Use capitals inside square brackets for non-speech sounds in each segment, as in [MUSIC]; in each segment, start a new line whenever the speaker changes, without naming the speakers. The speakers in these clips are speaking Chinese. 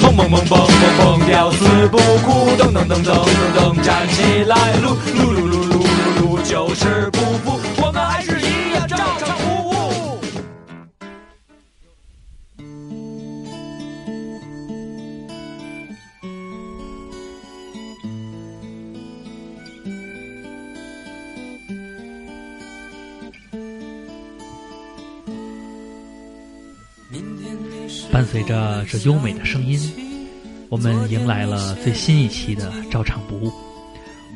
蹦蹦蹦蹦蹦，吊死不哭，噔噔噔噔噔噔，站起来，撸撸撸撸撸撸撸，就是不服，我们还是一样照常服务。
伴随着这优美的声音，我们迎来了最新一期的《照常不误》。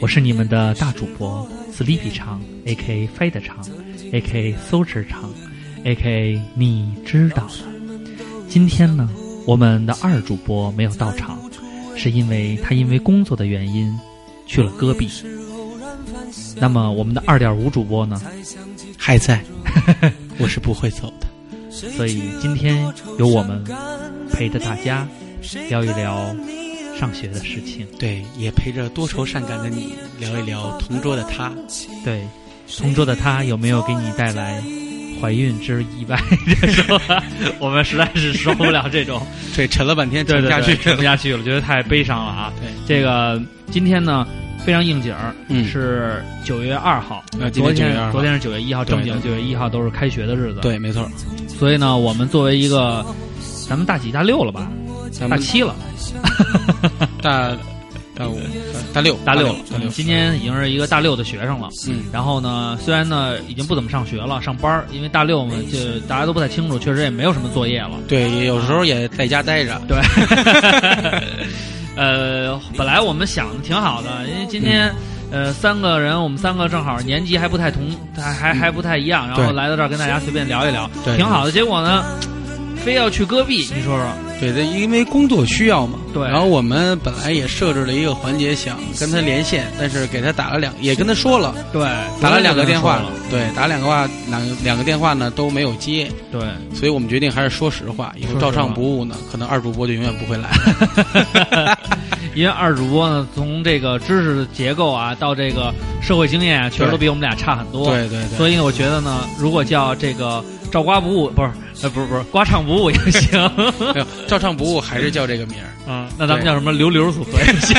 我是你们的大主播 Sleepy 长 A.K. 飞的长 A.K. 搜纸长 A.K. 你知道的。今天呢，我们的二主播没有到场，是因为他因为工作的原因去了戈壁。那么我们的二点五主播呢，
还在，
[LAUGHS]
我是不会走的。
所以今天由我们陪着大家聊一聊上学的事情。
对，也陪着多愁善感的你聊一聊同桌的他。
对，同桌的他有没有给你带来怀孕之意外？ [LAUGHS] 这种我们实在是受不了这种，
[LAUGHS] 对，沉了半天
对
沉不
对
下去
对，沉不下去了，觉得太悲伤了啊！
对，
这个今天呢非常应景儿，
嗯
是九月二号。
啊，今
昨
天9月2
天
号
昨天是九月一号，
对
正经九月一号都是开学的日子。，
对，没错，
所以呢，我们作为一个咱们大几大六了吧，大
咱们呃
七
[LAUGHS]
了。
大大五大六
大六
六
了，
大六，
今年已经是一个大六的学生了。
嗯，
然后呢，虽然呢已经不怎么上学了，上班儿，因为大六嘛，就大家都不太清楚，确实也没有什么作业了。
对，也有时候也在家待着。 [LAUGHS]
对，呃，本来我们想的挺好的，因为今天。
嗯
呃，三个人，我们三个正好年级还不太同，还还还不太一样，然后
嗯对
来到这儿跟大家随便聊一聊，
对
挺好的。结果呢，非要去戈壁，你说说，
对，这因为工作需要嘛。
对
然后我们本来也设置了一个环节，想跟他连线，但是给他打了两，也跟他说了，
对，
打了两个电话
了，，
对，打两个话，两两个电话呢都没有接，
对，
所以我们决定还是说实话，以后
说实
照
话
唱不误呢，可能二主播就永远不会来。
因为二主播呢，从这个知识的结构啊，到这个社会经验啊，确实都比我们俩差很多。
对对对，
所以我觉得呢，如果叫这个照瓜不误，不是，呃，不是不是，瓜唱不
[LAUGHS]
误也行。
没有照唱不误还是叫这个名儿，
嗯，那咱们叫什么？流流组合也行。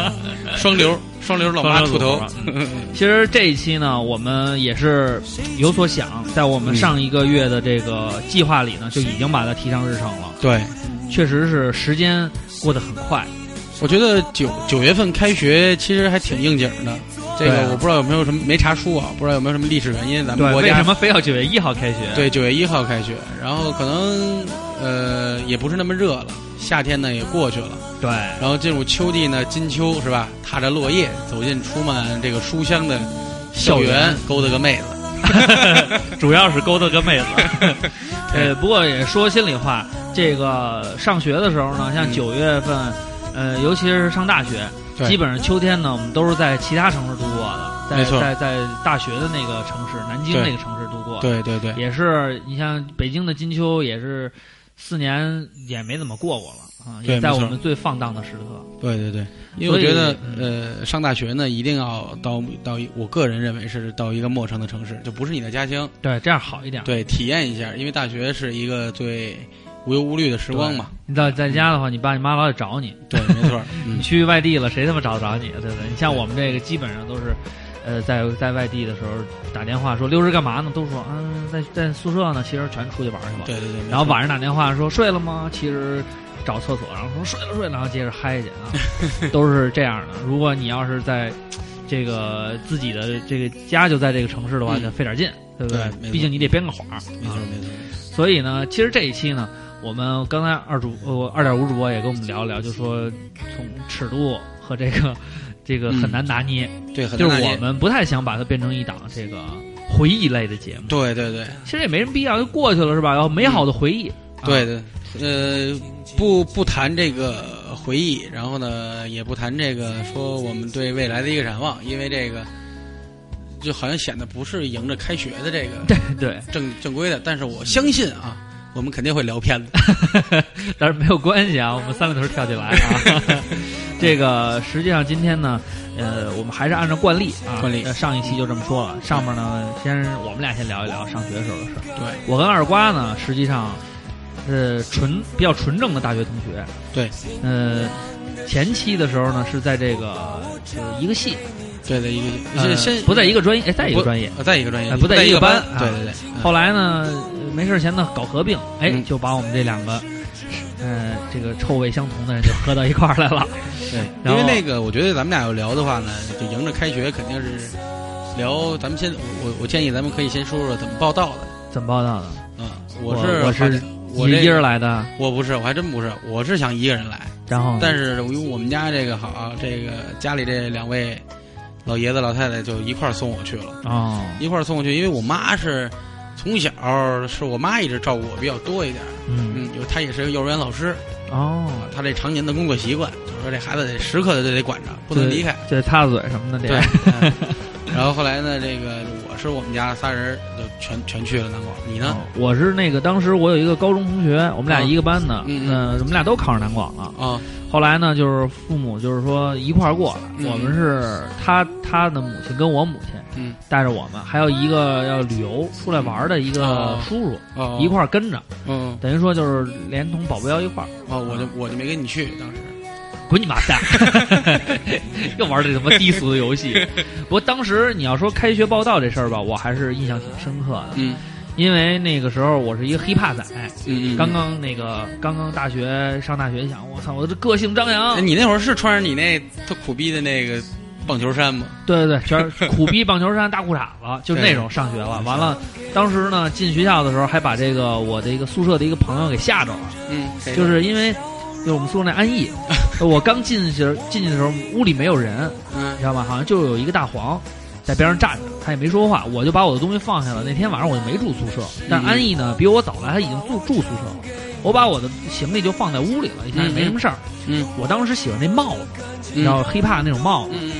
[LAUGHS] 双流双流老妈
双流
秃
组
头
合。
[LAUGHS]
其实这一期呢，我们也是有所想，在我
嗯
们上一个月的这个计划里呢，就已经把它提上日程了。
对，
确实是时间过得很快，
我觉得九九月份开学其实还挺应景儿的。这
对啊
个我不知道有没有什么没查书啊，不知道有没有什么历史原因，咱们
对，
国
为
家
什么非要九月一号开学？
对九月一号开学，然后可能呃也不是那么热了，夏天呢也过去了，
对，
然后进入秋季呢，金秋是吧？踏着落叶走进充满这个书香的校园，勾搭个妹子。
[LAUGHS] 主要是勾搭个妹
[LAUGHS]
子。呃，不过也说心里话，这个上学的时候呢，像
嗯
九月份，呃，尤其是上大学，
对
基本上秋天呢，我们都是在其他城市度过的，在
没错
在在大学的那个城市，南京
对
那个城市度过。，
对对对，
也是你像北京的金秋，也是四年也没怎么过过了啊，
对
也在
没
我
错
们最放荡的时刻。
对对对，因为我
所以嗯
觉得呃上大学呢，一定要到到一我个人认为是到一个陌生的城市，就不是你的家乡，
对，这样好一点。
对，体验一下，因为大学是一个最无忧无虑的时光嘛。
你在在家的话，你爸你妈老得找你， [LAUGHS]
对，没错，
你
嗯，
去外地了，谁他妈找得着你？啊对不对？你像我们这个，基本上都是，呃，在在外地的时候打电话说六日干嘛呢？都说嗯，在在宿舍呢，其实全出去玩去了。
对对对。
然后
晚。
晚上打电话说睡了吗？其实找厕所，然后说睡了睡了，然后接着嗨去啊，
[LAUGHS]
都是这样的。如果你要是在这个自己的这个家就在这个城市的话，
嗯
就费点劲，对不
对没错
毕竟你得编个谎儿。
没错
啊
没错，
所以呢，其实这一期呢，我们刚才二主呃二点五主播也跟我们聊一聊，就说从尺度和这个这个很难拿捏，
嗯对，很
就是
难拿
我
捏
们不太想把它变成一档这个回忆类的节目，
对对对
其实也没什么必要，就过去了是吧？然后美好的回忆，啊
对对，呃，不不谈这个回忆，然后呢，也不谈这个说我们对未来的一个展望，因为这个就好像显得不是迎着开学的这个
对对，
正正规的，但是我相信啊，我们肯定会聊偏的。
[LAUGHS] 但是没有关系啊，我们三个头跳起来
[LAUGHS]
啊。这个实际上今天呢，呃，我们还是按照惯例啊，
惯例
呃上一期就这么说了，上面呢先我们俩先聊一聊上学时候的事儿。
对，
我跟二瓜呢，实际上呃，纯比较纯正的大学同学。
对，
呃，前期的时候呢是在这个呃一个系，
对的一个，
呃
是先
不在一个专业，哎，在一个
不
专业。
呃在一个专业
哎，不在
在
一
一
个班
班
啊，
对对对，嗯
后来呢，呃没事儿闲的搞合并，哎，
嗯
就把我们这两个，呃，这个臭味相同的人就合到一块儿来了。
[LAUGHS] 对，
然
因
后
为那个，我觉得咱们俩要聊的话呢，就迎着开学肯定是聊。咱们先，我我建议咱们可以先说说怎么报道的
怎么报道的？
啊、
我
是
我
我
是
我
一
这
一人
个
来的，
我不是，我还真不是，我是想一个人来，
然后呢
但是因为我们家这个好，这个家里这两位老爷子老太太就一块儿送我去了，
哦，
一块儿送我去，因为我妈是从小是我妈一直照顾我比较多一点儿，
嗯
嗯，有她也是个幼儿园老师，
哦，
她这常年的工作习惯，就是说这孩子得时刻的都得管着，不能离开。
这擦擦嘴什么的，
对
得，
[LAUGHS] 嗯
[LAUGHS]
然后后来呢，这个我是我们家仨人就全全去了南广，你呢？
哦我是那个当时我有一个高中同学，我们俩
啊
一个班的，
嗯嗯
呃我们俩都考上南广了。
啊，
后来呢，就是父母就是说一块儿过来，
嗯
我们是他他的母亲跟我母亲
嗯，
带着我们，还有一个要旅游出来玩的一个
哦
叔叔、
哦，
一，块儿跟着，
嗯，
等于说就是连同保镖一块儿。啊
哦，我就我就没跟你去，当时，
滚你妈蛋！ [LAUGHS] 又玩这什么低俗的游戏。不过当时你要说开学报道这事儿吧，我还是印象挺深刻的，
嗯
因为那个时候我是一个黑怕仔，
嗯嗯，
刚。刚那个刚刚大学上大学，想我操，我这个性张扬
哎，，你那会儿是穿着你那特苦逼的那个棒球衫吗？
对
[LAUGHS]
对对，全是苦逼棒球衫大裤衩子，就那种上学了。完了，当时呢进学校的时候还把这个我的一个宿舍的一个朋友给吓着了，
嗯，
就是因为就是我们宿舍那安
[LAUGHS]
逸，我刚进去进去的时候屋里没有人，
嗯
你知道吧？好像就有一个大黄在边上站着，他也没说话，我就把我的东西放下了。那天晚上我就没住宿舍，但
嗯
安逸呢比我早来，他已经住住宿舍了。我把我的行李就放在屋里了，一想也没什么事儿。
嗯，
我当时喜欢那帽子，你
嗯
知道黑怕那种帽子，
嗯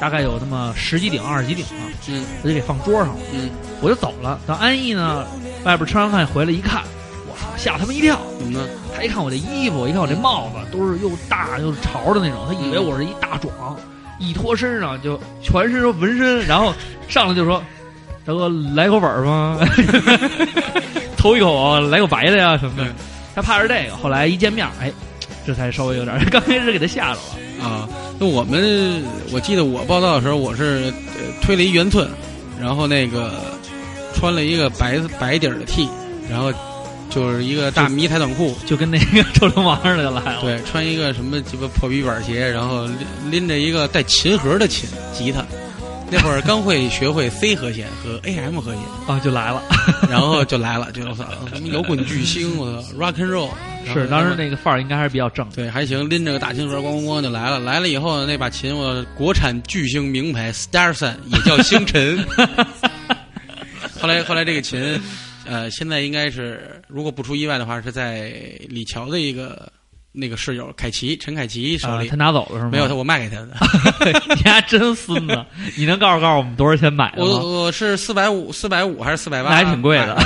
大概有那么十几顶、二十几顶吧，
嗯
我就给放桌上了。
嗯，
我就走了。到安逸呢，外边吃完饭回来一看，我操，吓他们一跳。
怎么呢？
他一看我这衣服，一看我这帽子，都是又大又潮的那种，他以为我是一大壮，一脱身上就全身都纹身，然后上来就说：“大哥，来口本儿
[LAUGHS]
吗？头一口啊来口白的呀什么的
嗯。”
他怕是这个，后来一见面，哎，这才稍微有点儿，刚 [LAUGHS] 开始给他吓着了。
啊，那我们我记得我报道的时候，我是、呃、推了一圆寸，然后那个穿了一个白白底儿的 T，然后就是一个大迷彩短裤，
就跟那个 [LAUGHS] 臭流氓似的就来了。
对，穿一个什么鸡巴破逼板鞋，然后拎拎着一个带琴盒的琴吉他。那会儿刚会学会 C 和弦和 AM 和弦，
啊，就来了。
然后就来了，觉得我操，什么摇滚巨星，我操，rock and roll，然后
[LAUGHS] 是，当时那个范儿应该还是比较正的。
对，还行，拎着个大琴盒，咣咣咣就来了。来了以后呢，那把琴我国产巨星名牌 Starson 也叫星辰。 [LAUGHS] 后来后来这个琴，呃，现在应该是如果不出意外的话，是在李乔的一个那个室友凯奇陈凯奇手
啊
里。
他拿走了是吗？
没有他，我卖给他的。
[LAUGHS] 你还真孙子！你能告诉告诉我们多少钱买的吗？
我我是四百五，四百五还是四百八？
那还挺贵的
啊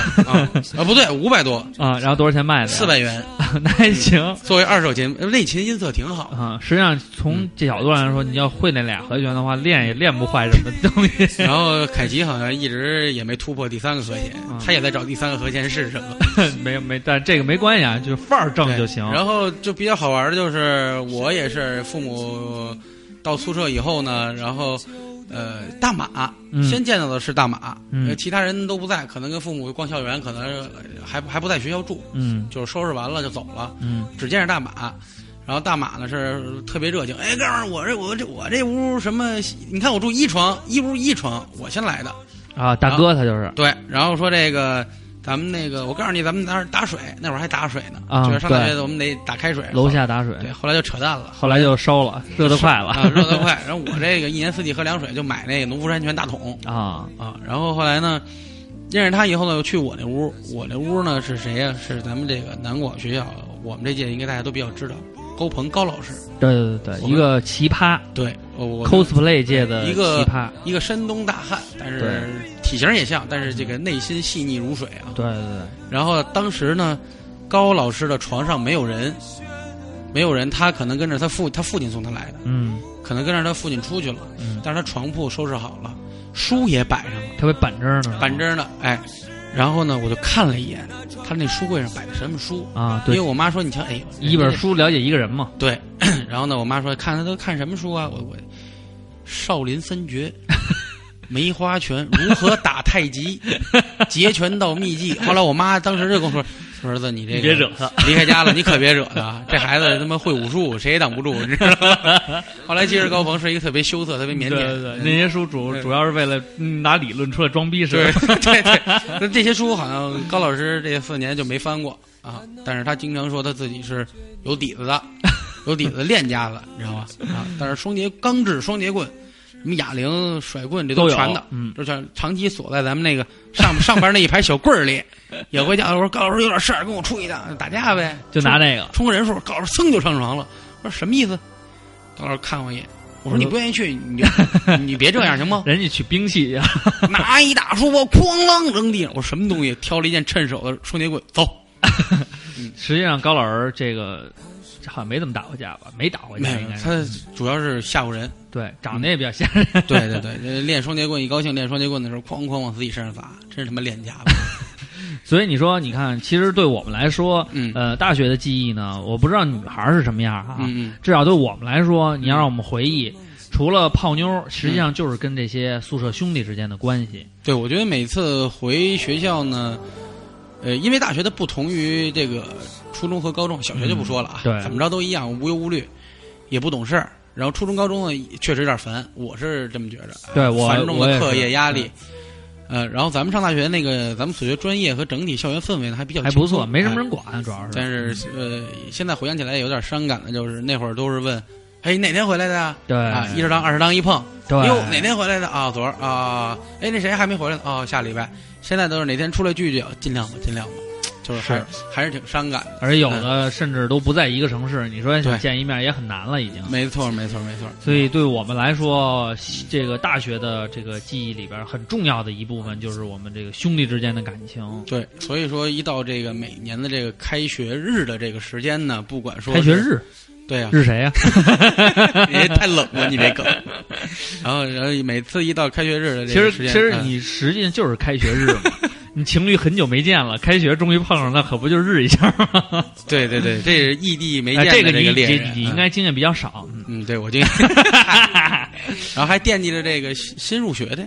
啊，不对，五百多，
[LAUGHS] 啊，然后多少钱卖的？
四，百元。
[LAUGHS]
嗯
那还行
作为二手琴，呃那琴音色挺好。嗯
啊。实际上，从这角度上来说，你要会那俩和弦的话，练也练不坏什么东
[LAUGHS]
西。
然后凯奇好像一直也没突破第三个和弦，
嗯
他也在找第三个和弦是什么，
没有没，但这个没关系啊，就是范儿正
对
就行。
然后就比较好玩的就是，我也是父母到宿舍以后呢，然后呃大马、
嗯
先见到的是大马，
嗯
呃其他人都不在，可能跟父母逛校园，可能是还还不在学校住，
嗯
就是收拾完了就走了。
嗯
只见着大马，然后大马呢是特别热情，哎哥们儿，我这我这我这屋什么？你看我住一床，一屋一床，我先来的。
啊，大哥他就是
对，然后说这个，咱们那个，我告诉你，咱们那儿打水，那会儿还打水呢，
啊
就是上大学
对
我们得打开水。
楼下打水，
对，后来就扯淡了，
后来就收了，热得快了
啊，热得快。然后我这个一年四季喝凉水，就买那个农夫山泉大桶
啊
啊。然后后来呢，认识他以后呢，又去我那屋，我那屋呢是谁呀、是咱们这个南广学校，我们这届应该大家都比较知道，高鹏高老师。
对对对对，
我
一
们
个奇葩
对，我我
cosplay 界的
一个
奇葩，
一个山东大汉，但
对
是体型也像，但是这个内心细腻如水啊。
对对对，
然后当时呢，高老师的床上没有人，没有人，他可能跟着他父他父亲送他来的，
嗯
可能跟着他父亲出去了，
嗯，
但是他床铺收拾好了，书也摆上了，
特别板正呢，
板正的，哎，然后呢，我就看了一眼，他那书柜上摆的什么书。
啊，
因
对，
为我妈说，你瞧，哎，
一本书了解一个人嘛，
对， [COUGHS] 然后呢，我妈说看他都看什么书啊？我我《少林
[LAUGHS]
三绝》《梅花拳》如何打太
[LAUGHS]
极、截拳道秘籍。后来我妈当时就跟我说：“说儿子，你这个
别惹他，
[LAUGHS] 离开家了，你可别惹他啊，这孩子他妈会武术，谁也挡不住，你知道
[LAUGHS]
吗？”后来接着高鹏是一个特别羞涩、特别腼腆，
对，
嗯
那些书主
对
主要是为了嗯拿理论出来装逼是
对 [LAUGHS]
吧？
对对，
[LAUGHS]
那这些书好像高老师这四年就没翻过啊，但是他经常说他自己是有底子的，有底子练家子，你知道吧？
[LAUGHS]
啊，但是双节钢制双节棍，什么哑铃、甩棍这
都有
全的，
嗯
这全长期锁在咱们那个 [LAUGHS] 上上边那一排小棍儿里。有回家我啊说高老师有点事儿，跟我出一趟，打架呗，
就拿这个，
冲个人数，高老师噌就上床了。我说什么意思？高老师看我一眼，我说你不愿意去，你
[LAUGHS]
就你别这样行吗？
人家取兵器呀，
拿一大书包哐啷扔地上，我什么东西？挑了一件趁手的双截棍，走。嗯
[LAUGHS] 实际上高老师这个好像没怎么打过架吧？没打过架应该是
他主要是吓唬人。
[LAUGHS]
嗯
对，长得也比较吓人。
对对对，这练双截棍一高兴，练双截棍的时候，哐哐往自己身上砸，真是他妈练家子。
[LAUGHS] 所以你说，你看，其实对我们来说，
嗯
呃，大学的记忆呢，我不知道女孩儿是什么样啊，
嗯嗯，
至少对我们来说，你要让我们回忆，除了泡妞，实际上就是跟这些宿舍兄弟之间的关系。
对，我觉得每次回学校呢，呃，因为大学它不同于这个初中和高中，小学就不说了啊，
嗯对
怎么着都一样，无忧无虑，也不懂事儿。然后初中、高中呢，确实有点烦，我是这么觉着。
对我
繁重
我也
的
是
课业压力。呃，然后咱们上大学那个，咱们所学专业和整体校园氛围呢还比较
还不
轻
错，
松
没什么
哎
人管，主要是。嗯
但是呃，现在回想起来有点伤感的，就是那会儿都是问，哎，哪天回来的啊？
对
啊，一十当二十当一碰，
哎对，
哟，哪天回来的啊？昨儿啊，哎，那谁还没回来呢？哦，下礼拜。现在都是哪天出来聚聚，尽量吧，尽量吧，就是还
是
还是挺伤感的。
而且有的甚至都不在一个城市，你说想
对
见一面也很难了，已经。
没错，没错，没错。
所以对我们来说，这个大学的这个记忆里边很重要的一部分就是我们这个兄弟之间的感情。
对，所以说一到这个每年的这个开学日的这个时间呢，不管说
开学
是，
日
对呀、
日谁
[LAUGHS]
呀、
你这太冷了，你这
[LAUGHS]
梗。然后，然后每次一到开学日的
其
这个
实
时
其
间，
实
嗯
你实际上就是开学日嘛，你情侣很久没见了，开学终于碰上，那可不就日一下吗？ [LAUGHS]
对对对，这是异地没见
哎这
的
个你
个恋
你
人，嗯
你应该经验比较少。嗯
嗯，嗯对我今天，
[LAUGHS]
然后还惦记着这个新新入学的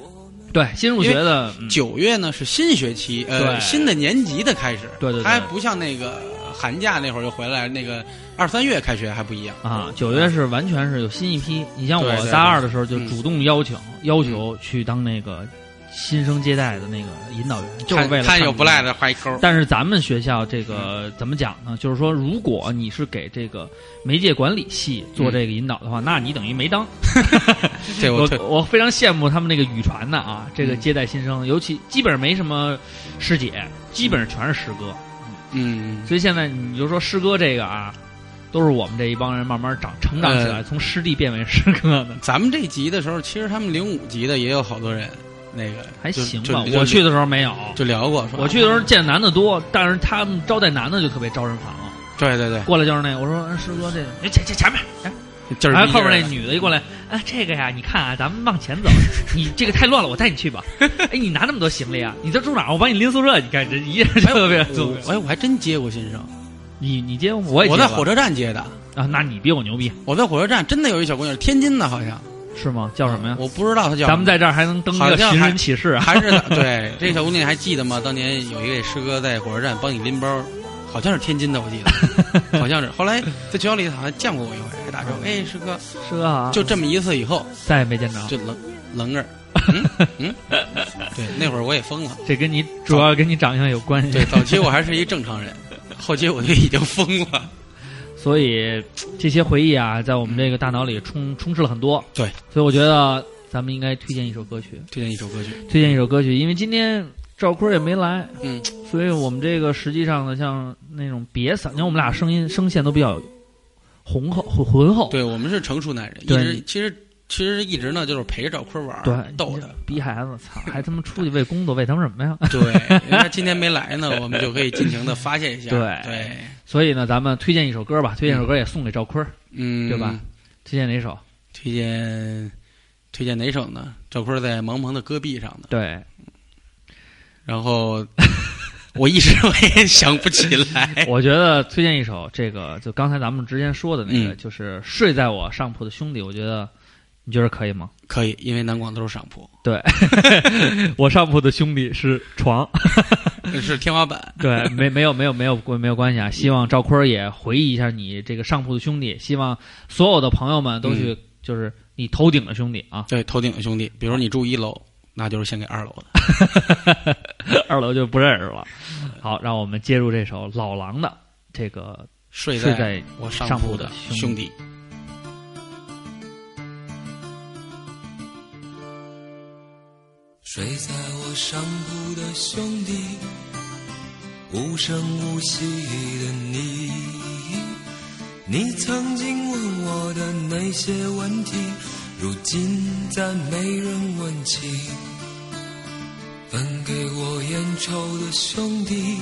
对，新入学的，嗯
九月呢是新学期，呃，
对
新的年级的开始，
对对对
还不像那个寒假那会儿又回来，那个二三月开学还不一样，嗯
啊，九月是完全是有新一批。你像
对
我
对对
大二的时候就
嗯
主动邀请要求去当那个新生接待的那个引导员，就是为了
看
看
有
你
不赖的画一勾，嗯
但是咱们学校这个怎么讲呢？就是说，如果你是给这个媒介管理系做这个引导的话，那你等于没当。
嗯 [LAUGHS] 这我
我
特
我非常羡慕他们那个语传的啊，这个
嗯
接待新生，尤其基本上没什么师姐，基本上全是师哥。
嗯，
所以现在你就说师哥这个啊，都是我们这一帮人慢慢长成长起来，从师弟变为师哥的，
哎 [LAUGHS] 咱们这级的时候，其实他们零五级的也有好多人，那个
还
就
行
就
吧。
就
我去的时候没有，
就聊过，说
[LAUGHS] 我去的时候见男的多，但是他们招待男的就特别招人烦了。
嗯对对对，
过来就是那个，我说哎师哥这个，哎这这前面。哎
就是
然
逼
后后
着
边那
的
女的一过来，啊，这个呀，你看啊，咱们往前走， [LAUGHS] 你这个太乱了，我带你去
[LAUGHS]
吧。哎，你拿那么多行李啊？你这住哪儿？我帮你拎宿舍。你看这一下就特别特别
我哎，我还真接过新生，
你你接我，我也
我
接
在
了
火车站接的。
啊，那你比我牛逼
我在火车站真的有一小姑娘，天津的，好像
是吗？叫什么呀？
嗯我不知道她叫什么。
咱们在这儿还能登一
好
个
像
寻
还
人启事啊。
还是对 [LAUGHS] 这小姑娘还记得吗？当年有一位师哥在火车站帮你拎包，好像是天津的，我记
[LAUGHS]
得，好像是。后来在学校里好像见过我一回，打招呼，哎，师哥，
[LAUGHS] 是啊，
就这么一次以后
再也没见着。
就棱
[LAUGHS]
棱个儿。嗯嗯， [LAUGHS] 对，那会儿我也疯了。
这跟你主要跟你长相有关
对
系，，
早期我还是一正常人，后期我就已经疯了。
[LAUGHS] 所以这些回忆啊，在我们这个大脑里充充斥了很多。
对，
所以我觉得咱们应该推荐一首歌曲，
推荐一首歌曲，
推荐一首歌曲，因为今天赵坤也没来，
嗯，
所以我们这个实际上呢，像那种别嗓，你看我们俩声音声线都比较浑厚浑浑厚，
对我们是成熟男人，一
对
直其实其实一直呢就是陪着赵坤玩儿，
对，
逗
[LAUGHS]
他。
逼孩子，操，还他妈出去为工作，为他们什么呀？ [LAUGHS]
对，人家今天没来呢，我们就可以尽情的发泄一下。
对
对，
所以呢，咱们推荐一首歌吧，推荐一首歌也送给赵坤，
嗯，
对吧？推荐哪首？
推荐推荐哪首呢？赵坤在茫茫的戈壁上呢，
对，
然后。我一时我也想不起来。
[LAUGHS] 我觉得推荐一首，这个就刚才咱们之前说的那个，
嗯
就是睡在我上铺的兄弟，我觉得你觉得可以吗？
可以，因为南广都是上铺，
对， [LAUGHS] 我上铺的兄弟是床， [LAUGHS]
是天花板。
对，没没有没有没有没有关系啊。希望赵坤儿也回忆一下你这个上铺的兄弟，希望所有的朋友们都去，就是你头顶的兄弟啊，
嗯对，头顶的兄弟，比如你住一楼，那就是先给二楼的。
[LAUGHS] 二楼就不认识了。好，让我们接入这首老狼的这个
睡
睡在
我
上
上
铺
铺
的
的
兄
兄弟。
睡在我上铺的兄弟，无声无息的你，你曾经问我的那些问题，如今再没人问起。分给我烟抽的兄弟，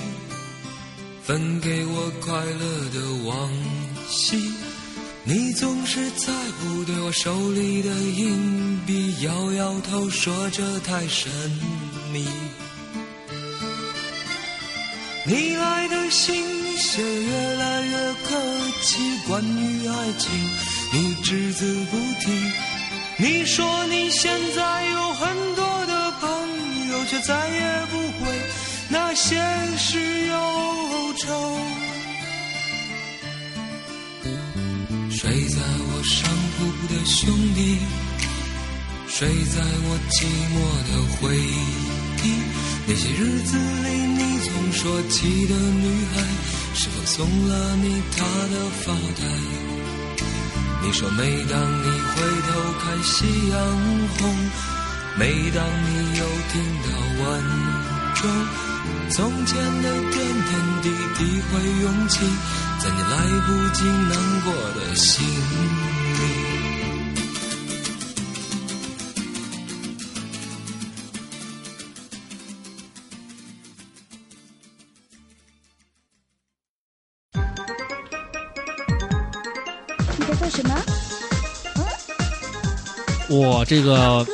分给我快乐的往昔。你总是在不对我手里的硬币摇摇头，说这太神秘。你来的信写越来越客气，关于爱情你只字不提。你说你现在有很多的朋友，却再也不会那些是忧愁。睡在我上铺的兄弟，睡在我寂寞的回忆。那些日子里，你总说起的女孩，是否送了你她的发带？你说每当你回头看夕阳红，每当你又听到晚钟。从前的点点滴滴会涌起，在你来不及难过的心里。
你在做什么？
我这个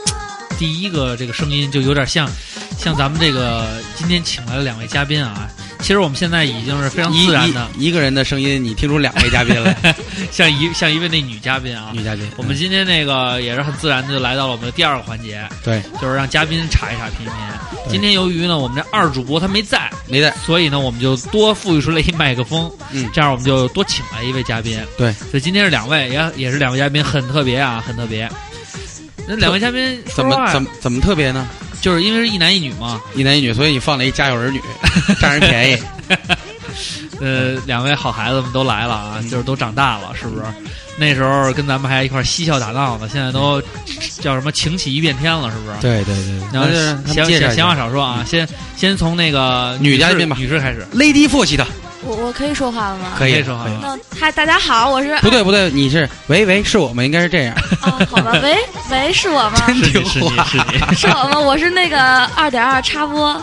第一个这个声音就有点像，像咱们这个今天请来的两位嘉宾啊。其实我们现在已经是非常
一
自然的，
一一个人的声音，你听出两位
[LAUGHS]
嘉宾来，
像一像一位那女嘉宾啊。
女嘉宾。嗯
我们今天那个也是很自然的就来到了我们的第二个环节，
嗯对
就是让嘉宾查一查评评。今天由于呢我们这二主播他没在，
没在，
所以呢我们就多富裕出来一麦克风，
嗯
这样我们就多请来一位嘉宾。
对
所以今天是两位，也也是两位嘉宾，很特别啊，很特别。那两位嘉宾
怎
说话
么
呀
怎么怎么特别呢？
就是因为是一男一女嘛，
一男一女，所以你放了一家有
[LAUGHS]
儿女，占人便宜。
呃，两位好孩子们都来了啊，
嗯
就是都长大了，是不是？那时候跟咱们还一块儿嬉笑打闹呢，现在都叫什么情起一遍天了，是不是？
对对对，
然后闲
先介绍
闲
一
闲话
下嗯
少说啊，先先从那个
女嘉
士
宾吧
女士开始，
，Lady f o x 的
我我可以说话了吗？
可以
可以说话
可以
了
那嗨，大家好，我是
不对不对，你是喂喂，是我们应该是这样，
哦，好吧，喂喂，是我吗？
[LAUGHS] 真
[LAUGHS] 是
听
你是你
话。
是你，
是我吗？我是那个二点二插播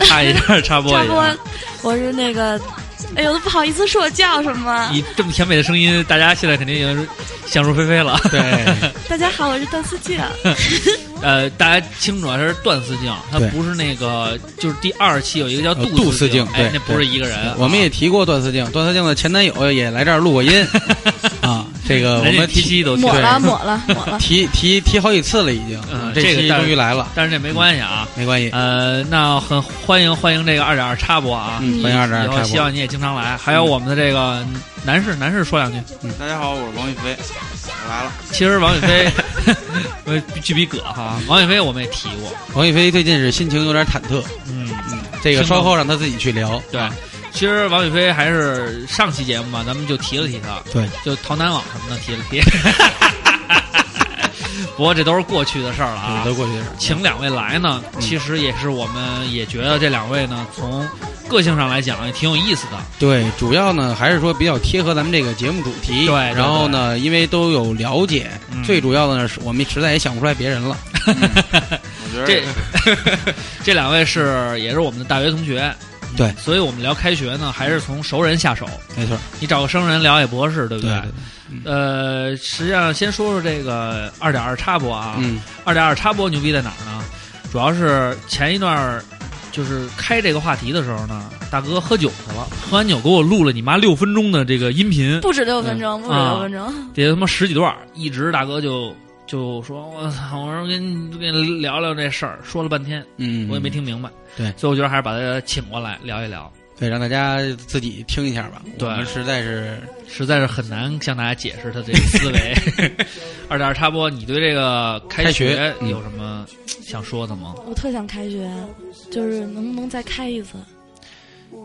差一点插播
插
一
播
下。，
我是那个，哎呦，都不好意思说我叫什么。
你这么甜美的声音，大家现在肯定已经想入非非了。
对，
大家好，我是邓思啊静。
[LAUGHS] 呃，大家清楚啊，这是段思静，她
对
不是那个，就是第二期有一个叫
呃杜
思
思
静
静，
哎，
对
那不是一个人。
我们也提过段
[LAUGHS]
思静，段思静的前男友也来这儿录过音啊。这个我
人家
们
提期都提
抹
过，
了抹了抹了，
[LAUGHS] 提提提好几次了，已经。
嗯
这
这个
期
但是
终于来了，嗯
但是这没关系啊。
没关系。
呃，那很欢迎欢迎这个二点二插播啊，
嗯欢迎2.2
以后
插播嗯
希望你也经常来。还有我们的这个男士，男士说两句。
大家好，我是王宇飞，我来了。
其实王宇 [LAUGHS] 飞，呃，巨比葛哈，王宇飞我们也提过，
王一飞最近是心情有点忐忑，
嗯，
这个
听说
稍后让他自己去聊。
对。啊其实王宇飞还是上期节目嘛，咱们就提了提他，
对，
就逃难网什么的提了提。 [LAUGHS] 不过这都是过去的事儿了啊，
都过嗯去的事儿
请两位来呢，其实也是我们也觉得这两位呢，从个性上来讲也挺有意思的。
对，主要呢还是说比较贴合咱们这个节目主
对
题。
对
然后呢，因为都有了解，
嗯
最主要的呢是我们实在也想不出来别人了。
我觉得
这 [LAUGHS] 这两位是也是我们的大学同学，
对
所以我们聊开学呢，还是从熟人下手。
没错，
你找个生人聊也不合适，对不
对对，
呃，实际上先说说这个二点二插播啊，
嗯
二点二插播牛逼在哪儿呢？主要是前一段儿就是开这个话题的时候呢，大哥喝酒去了，喝完酒给我录了你妈六分钟的这个音频，
不止六分钟，不止
啊
六分钟，
得他妈十几段儿，一直大哥就就说，我操，我说跟你跟你聊聊这事儿，说了半天，
嗯，
我也没，听明白，
对
所以我觉得还是把他请过来聊一聊，
对，让大家自己听一下吧。
对
我们实在是
实在是很难向大家解释他这个思维。
[LAUGHS]
二点二插播，你对这个开
开学嗯
有什么想说的吗？
我特想开学，啊就是能不能再开一次？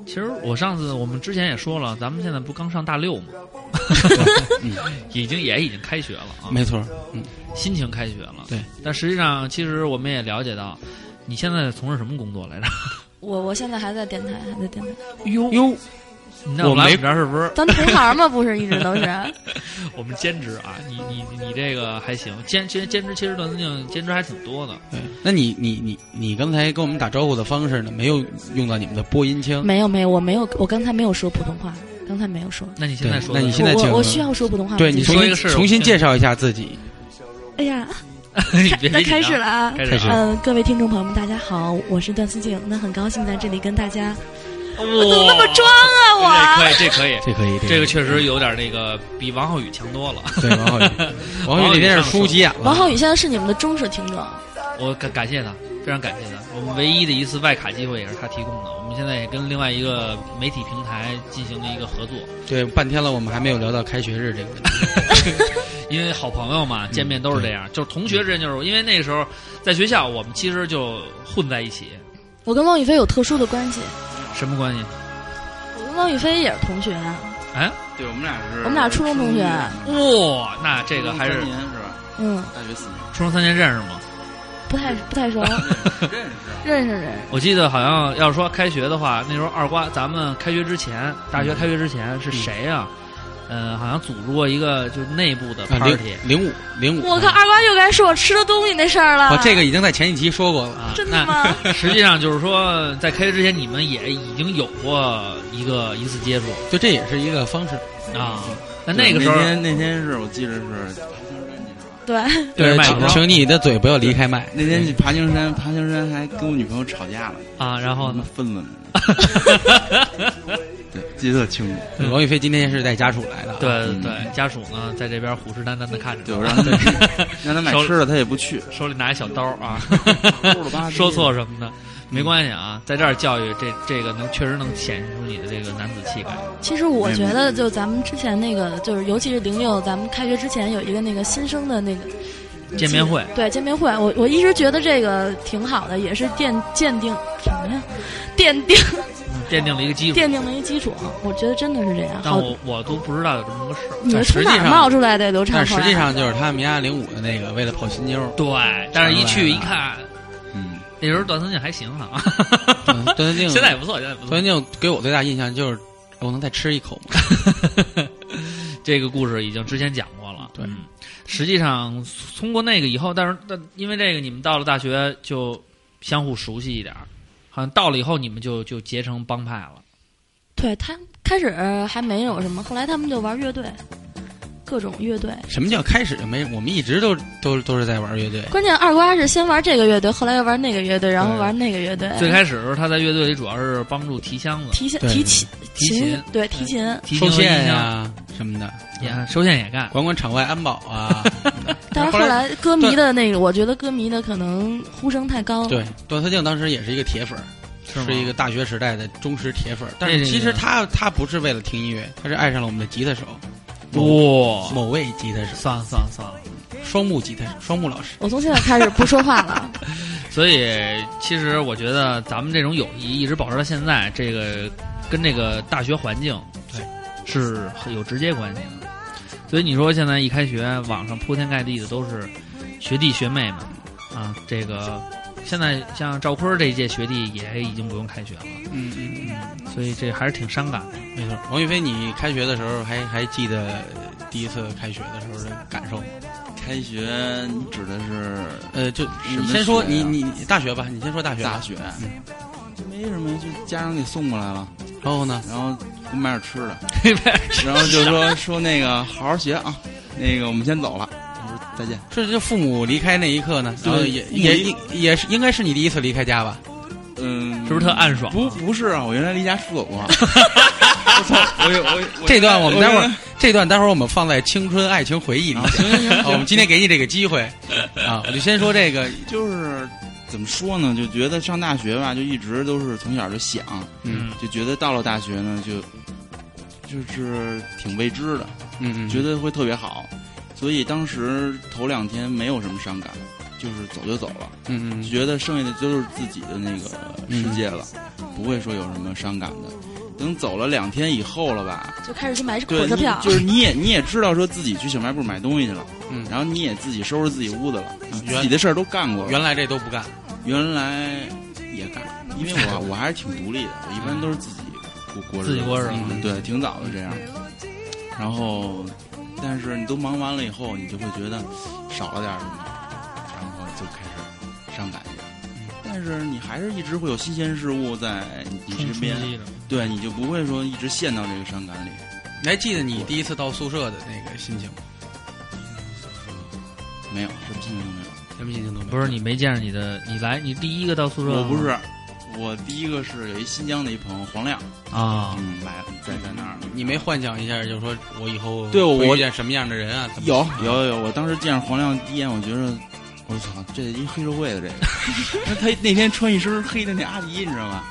其实我上次我们之前也说了，咱们现在不刚上大六吗？
[LAUGHS]
[LAUGHS] 已经也已经开学了啊，
嗯没错，嗯，
心情开学了。
对，
但实际上其实我们也了解到，你现在从事什么工作来着？
我我现在还在电台，还在电台，
哟哟，你那
我
来
没
我们这儿是不是？
咱同行嘛，不是一直都是？
[LAUGHS] 我们兼职啊，你你你这个还行，兼兼兼职其实段子静兼职还挺多的。
对。嗯那你你你你刚才跟我们打招呼的方式呢，没有用到你们的播音腔，
没有没有，我没有，我刚才没有说普通话，刚才没有说。
那你现在说
对
的，
那你现在
我
请
我我需要说普通话吗。
对
这
你
个
说
重
一
新
个事儿
重新
我
介绍一下自己。
哎呀，
[LAUGHS] 你
开
别
那
别紧
开
张
始了啊！
开
开
始
始
了，
嗯、各位听众朋友们，大家好，我是段思静，那很高兴在这里跟大家。
我
怎么那么装啊我？
这可以，这可以。
这可以，
这个确实有点那个，比王浩宇强多了。
对王
[LAUGHS]
浩宇，王浩宇那天是输急眼了。
王浩宇现在是你们的忠实听众，
我感感谢他，非常感谢他。我们唯一的一次外卡机会也是他提供的。我们现在也跟另外一个媒体平台进行了一个合作，
对，半天了，我们还没有聊到开学日这个问题。
因为好朋友
嗯
嘛，见面都是这样，就是同学之间就是因为那时候在学校，我们其实就混在一起，
我跟汪雨霏有特殊的关系，
什么关系？
我跟汪雨霏也是同学啊，
哎，
对我们俩是，
我们俩初中同学
哇、那这个还是
三年是吧？
嗯，
大学四年
初中三年认识吗？
不太不太熟，
认识啊，
认识认识。
我记得好像要说开学的话，那时候二瓜咱们开学之前，大学开学之前
嗯
是谁啊？呃，好像组织过一个就是内部的
啊
party
零零五零五，
我靠，
啊！
二瓜又该说我吃的东西那事儿了。
哦
我这个已经在前一期说过了。
啊 [LAUGHS]
啊。
真的吗？
那实际上就是说，在开学之前，你们也已经有过一个一次接触
就这也是一个方式，
啊。那那个时
那
候，
天那天是我记得是爬青山，你知道吧？
对，
[LAUGHS] 对麦克
呃请
风
请你的嘴不要离开麦。嗯
那天去爬青山，爬青山还跟我女朋友吵架了，
啊，然后呢？
分了呢。
[LAUGHS]
对，记得特清楚。
嗯
王宇飞今天是带家属来的啊，
对
嗯
对，家属呢在这边虎视眈眈的看着，
对，我让他
[LAUGHS]
买，让他买吃的，他也不去。
手里拿一小刀
[LAUGHS]
啊 [LAUGHS]
葫芦巴，
说错什么的没关系啊，在这儿教育这这个能确实能显示出你的这个男子气概。
其实
哎
我觉得，就咱们之前那个，就是尤其是零六，咱们开学之前有一个那个新生的那个
见面会，
对见面会，我我一直觉得这个挺好的，也是奠鉴定什么呀，奠定
嗯奠定了一个基础。
奠定了一基础。我觉得真的是这样。
但
好，
我我都不知道有这么个事儿。
你是从
但
哪
实际
儿
上
冒出来的流畅
但实
话？
际上就是他们家零五的那个为了泡新妞儿，
对，但是一去一
上
看，
嗯，
那时候段思静还行啊，
嗯
[LAUGHS]
段文静
现在也不错，现在也不
所
错。
以那种给我最大印象就是，我能再吃一口吗？
[LAUGHS] 这个故事已经之前讲过了。
对
嗯实际上通过那个以后，但是但因为这个，你们到了大学就相互熟悉一点儿，好像到了以后你们就就结成帮派了。
对他开始还没有什么，后来他们就玩乐队，各种乐队。
什么叫开始就没？我们一直都都都是在玩乐队，
关键二瓜是先玩这个乐队，后来又玩那个乐队，然后玩那个乐队。
最开始的时候，他在乐队里主要是帮助提箱子、
提琴
对
提琴
提琴
对提琴，
提
收
箱
线呀、什么的，
也嗯收线也干。
管管场外安保啊。
但是
后
后
来
来歌迷的那个，我觉得歌迷的可能呼声太高。
对，段思静当时也是一个铁粉儿，
是吗
一个大学时代的忠实铁粉儿。但
这
是
个
其实他他不是为了听音乐，他是爱上了我们的吉他手，某
哇，
某位吉他手，
算了算了算了。
双木吉他手，双木老师。
我从现在开始不说话
[LAUGHS]
了。
所以，其实我觉得咱们这种友谊一直保持到现在，这个跟这个大学环境
对
是很有直接关系的。所以你说现在一开学，网上铺天盖地的都是学弟学妹们啊，这个现在像赵坤儿这一届学弟也已经不用开学了，
嗯嗯嗯。
所以这还是挺伤感的。没错，
王宇飞，你开学的时候还还记得第一次开学的时候的感受吗？
开学你指的是
呃，就
什
你
么
先说
学啊
你
呀
你你大学吧，你先说大学吧。嗯
大学，就没什么，就家长给送过来了，
然后呢？
然后给我买点吃
[LAUGHS]
的，然后就说说那个好好学啊，那个我们先走了，我说再见。
这就父母离开那一刻呢，然后
对
也
父母
也
离
也也是应该是你第一次离开家吧？
嗯，
是不是特暗爽？
不，不是啊，我原来离家出走过。我操！我有我我
这段我们待会儿
原来，
这段待会儿我们放在青春爱情回忆里
啊。行行行
啊，我们今天给你这个机会啊，我就先说这个，
[LAUGHS] 就是怎么说呢？就觉得上大学吧，就一直都是从小就想，
嗯
就觉得到了大学呢，就就是挺未知的，
嗯，
觉得会特别好，所以当时头两天没有什么伤感，就是走就走了，
嗯
就
嗯
觉得剩下的就是自己的那个世界了，不会说有什么伤感的。等走了两天以后了吧，
就开始去买火
对，
车票
你，就是你也你也知道说自己去小卖部买东西去了，
嗯
然后你也自己收拾自己屋子了，嗯
原
自己的事儿都干过了。
原来这都不干，
原来也干，因为我我还是挺独立的，我一般都是自己过过日子，
自己过日子
嗯对，挺早的这样。然后，但是你都忙完了以后，你就会觉得少了点什么，然后就开始伤感去了。但是你还是一直会有新鲜事物在你身边，对，你就不会说一直陷到这个伤感里。
你还记得你第一次到宿舍的那个心情吗？
没有，什么心情都没有。
什么心情都没有。
不是你没见着你的，你来你第一个到宿舍，
我不是，我第一个是有一新疆的一朋友黄亮，
啊，
嗯，来在在那儿呢。
你没幻想一下，就是说我以后
对我
会遇见什么样的人啊？怎么
有有有有，我当时见着黄亮第一眼，我觉着，我操，这一黑社会
[LAUGHS]
的这个。那他那天穿一身黑的那阿迪，你知道吗？